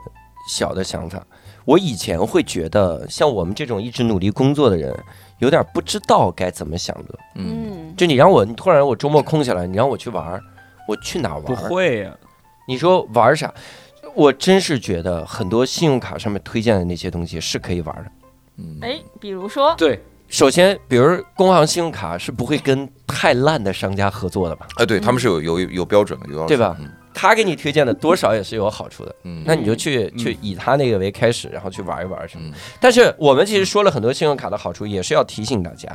Speaker 1: 小的想法。我以前会觉得，像我们这种一直努力工作的人，有点不知道该怎么享乐。
Speaker 2: 嗯，
Speaker 3: 嗯，
Speaker 1: 就你让我你突然我周末空下来，你让我去玩儿，我去哪儿
Speaker 4: 不
Speaker 1: 玩儿？
Speaker 4: 会啊呀、
Speaker 1: 你说玩儿啥？我真是觉得很多信用卡上面推荐的那些东西是可以玩儿的。
Speaker 2: 嗯
Speaker 3: 哎，比如说，
Speaker 4: 对，
Speaker 1: 首先，比如工行信用卡是不会跟太烂的商家合作的吧？
Speaker 2: 哎，对，他们是有有有标准的，有要求
Speaker 1: 对吧
Speaker 2: 嗯
Speaker 1: 他给你推荐的多少也是有好处的。
Speaker 2: 嗯，
Speaker 1: 那你就去去以他那个为开始，然后去玩一玩什么的
Speaker 2: 嗯。
Speaker 1: 但是我们其实说了很多信用卡的好处，也是要提醒大家，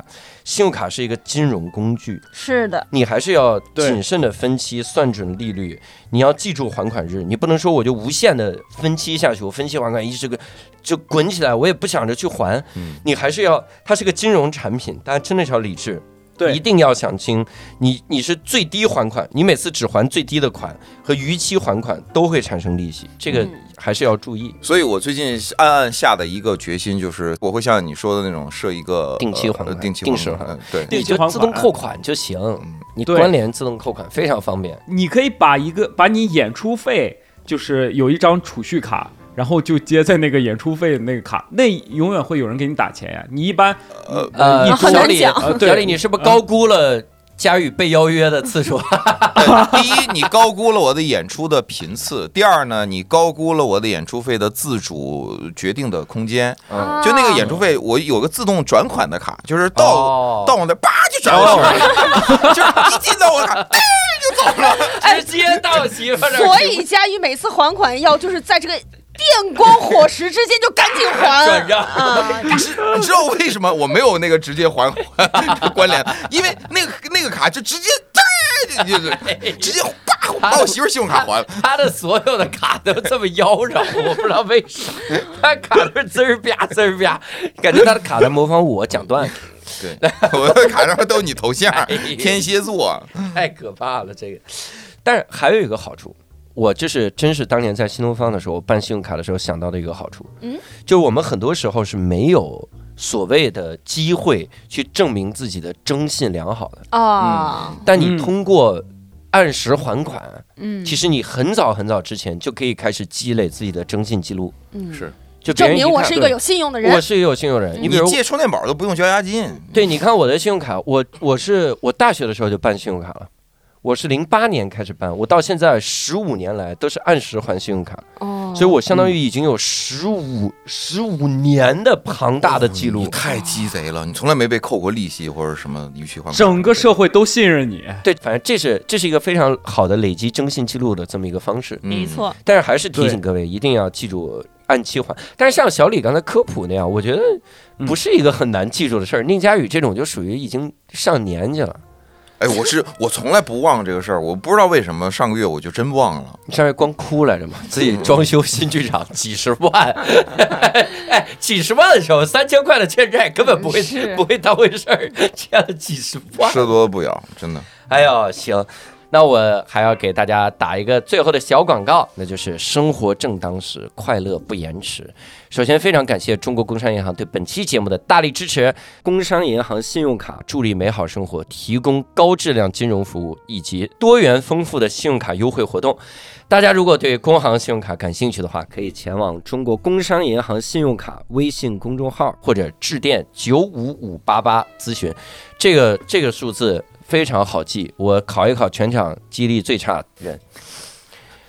Speaker 1: 信用卡是一个金融工具，
Speaker 3: 是的，
Speaker 1: 你还是要
Speaker 4: 对
Speaker 1: 谨慎的分期，算准利率，你要记住还款日，你不能说我就无限的分期下去，我分期还款一直个就滚起来，我也不想着去还
Speaker 2: 嗯，
Speaker 1: 你还是要它是个金融产品，大家真的是要理智。
Speaker 4: 对
Speaker 1: 一定要想清，你你是最低还款，你每次只还最低的款和逾期还款都会产生利息，
Speaker 3: 嗯
Speaker 1: 这个还是要注意。
Speaker 2: 所以我最近暗暗下的一个决心就是，我会像你说的那种设一个
Speaker 1: 定期还
Speaker 2: 呃
Speaker 1: 款
Speaker 2: 定期
Speaker 1: 定
Speaker 2: 还
Speaker 1: 时
Speaker 2: 款
Speaker 1: 还
Speaker 2: 嗯对，
Speaker 1: 你
Speaker 4: 定期
Speaker 1: 就
Speaker 4: 还款嗯
Speaker 1: 自动扣款就行，你
Speaker 4: 对
Speaker 1: 关联自动扣款非常方便。
Speaker 4: 你可以把一个把你演出费，就是有一张储蓄卡，然后就接在那个演出费的那个卡，那永远会有人给你打钱呀。你一般
Speaker 2: 呃
Speaker 1: 呃
Speaker 4: 你，
Speaker 3: 很
Speaker 1: 小
Speaker 3: 难
Speaker 1: 李，
Speaker 3: 讲
Speaker 4: 呃对
Speaker 1: 小李，你是不是高估了佳宇被邀约的次数？
Speaker 2: 第一，你高估了我的演出的频次；第二呢，你高估了我的演出费的自主决定的空间。
Speaker 3: 啊
Speaker 1: 嗯
Speaker 2: 就那个演出费，我有个自动转款的卡，就是到、
Speaker 1: 哦
Speaker 2: 到我那儿叭就转过去了，就是一进到我那儿，哎就走了。
Speaker 1: 直接到媳妇儿这儿
Speaker 3: 所以佳宇每次还款要就是在这个电光火石之间就赶紧 还
Speaker 1: 转让
Speaker 3: 啊，
Speaker 2: 你知你知道为什么我没有那个直接还 还关联？因为那个那个卡就直接。就 就就
Speaker 1: 哎
Speaker 2: 直接叭把我媳妇儿信用卡还了，
Speaker 1: 他的所有的卡都这么妖娆，我不知道为啥，他卡都是滋儿吧滋儿吧，感觉他的卡在模仿我讲段子，
Speaker 2: 对， 我的卡上都是你头像，
Speaker 1: 哎
Speaker 2: 天蝎座，
Speaker 1: 太可怕了这个。但是还有一个好处，我这是真是当年在新东方的时候办信用卡的时候想到的一个好处，
Speaker 3: 嗯，
Speaker 1: 就是我们很多时候是没有所谓的机会去证明自己的征信良好的，
Speaker 3: 啊，
Speaker 1: 但你
Speaker 4: 嗯
Speaker 1: 通过按时还款，
Speaker 3: 嗯
Speaker 1: 其实你很早很早之前就可以开始积累自己的征信记录，
Speaker 3: 嗯
Speaker 2: 是
Speaker 1: 就别
Speaker 3: 证
Speaker 1: 人一
Speaker 3: 明我
Speaker 1: 看
Speaker 3: 是一个有信用的
Speaker 1: 我
Speaker 3: 人，
Speaker 1: 是一个有信用人。
Speaker 3: 嗯
Speaker 1: 你
Speaker 2: 你
Speaker 1: 比如，
Speaker 2: 借充电宝都不用交押金，
Speaker 1: 对，你看我的信用卡，我我是我大学的时候就办信用卡了，我是零八年开始办，我到现在十五年来都是按时还信用卡，
Speaker 3: 哦
Speaker 1: 所以我相当于已经有十五十五年的庞大的记
Speaker 2: 哦
Speaker 1: 录
Speaker 2: 你。太鸡贼了！你从来没被扣过利息或者什么逾期还款，
Speaker 4: 整个社会都信任你，
Speaker 1: 对，反正这是这是一个非常好的累积征信记录的这么一个方式。
Speaker 2: 嗯，
Speaker 1: 但是还是提醒
Speaker 4: 对
Speaker 1: 各位一定要记住按期还。但是像小李刚才科普那样，我觉得不是一个很难记住的事儿。宁佳宇这种就属于已经上年纪了，
Speaker 2: 哎，我是 我从来不忘这个事儿，我不知道为什么上个月我就真忘了。
Speaker 1: 你上回光哭来着嘛，自己装修新剧场几十万， 哎，几十万的时候三千块的欠债根本不会
Speaker 3: 是
Speaker 1: 不会当回事儿，欠了几十万，
Speaker 2: 吃多了不咬，真的。
Speaker 1: 哎呦，行，那我还要给大家打一个最后的小广告，那就是生活正当时，快乐不延迟。首先，非常感谢中国工商银行对本期节目的大力支持。工商银行信用卡助力美好生活，提供高质量金融服务以及多元丰富的信用卡优惠活动。大家如果对工行信用卡感兴趣的话，可以前往中国工商银行信用卡微信公众号或者致电九五五八八咨询。这个这个数字非常好记，我考一考全场记忆力最差的人。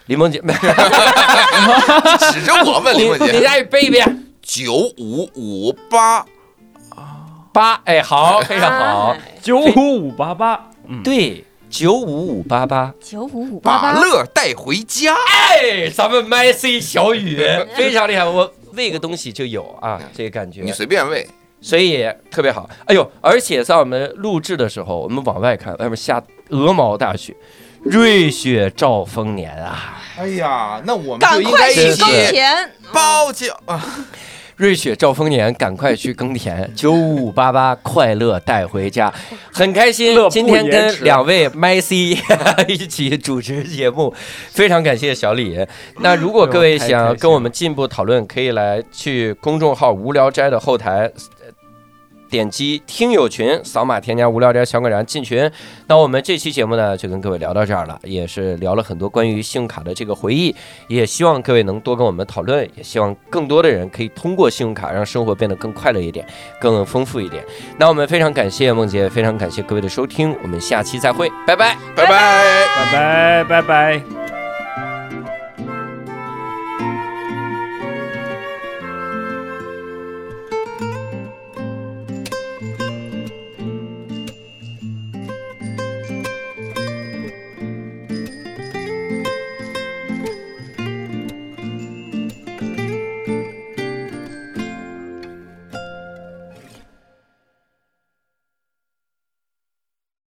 Speaker 1: 李梦洁，
Speaker 2: 指着我问林
Speaker 1: 你
Speaker 2: 梦
Speaker 1: 你
Speaker 2: 洁，
Speaker 1: 再背一遍
Speaker 2: 九五五八，
Speaker 1: 八，哎，好，非常好，
Speaker 4: 九五五八八，嗯，
Speaker 1: 对，九五五八八，
Speaker 3: 九五五八
Speaker 2: 把
Speaker 3: 八，
Speaker 2: 乐带回家。
Speaker 1: 哎，咱们麦 C 小雨 非常厉害，我喂个东西就有啊，这个感觉
Speaker 2: 你，随便喂，
Speaker 1: 所以特别好。哎呦，而且在我们录制的时候，我们往外看，外面下鹅毛大雪，瑞雪兆丰年啊。
Speaker 2: 哎呀，那我们
Speaker 3: 赶快去
Speaker 1: 高
Speaker 3: 耕
Speaker 1: 铁
Speaker 3: 田，
Speaker 2: 包饺啊！
Speaker 1: 瑞雪兆丰年，赶快去耕田。九五五八八，快乐带回家，很开心
Speaker 4: 乐。不
Speaker 1: 今天
Speaker 4: 延
Speaker 1: 跟
Speaker 4: 迟啊
Speaker 1: 两位麦 C 一起主持节目，非常感谢小李。那如果各位
Speaker 4: 哎呦太开
Speaker 1: 想
Speaker 4: 心
Speaker 1: 跟我们进一步讨论，可以来去公众号“无聊斋”的后台。呃点击听友群，扫码添加无聊斋小馆长进群。那我们这期节目呢，就跟各位聊到这儿了，也是聊了很多关于信用卡的这个回忆。也希望各位能多跟我们讨论，也希望更多的人可以通过信用卡让生活变得更快乐一点，更丰富一点。那我们非常感谢梦姐，非常感谢各位的收听，我们下期再会，拜拜。
Speaker 2: 拜拜。
Speaker 4: 拜拜拜拜。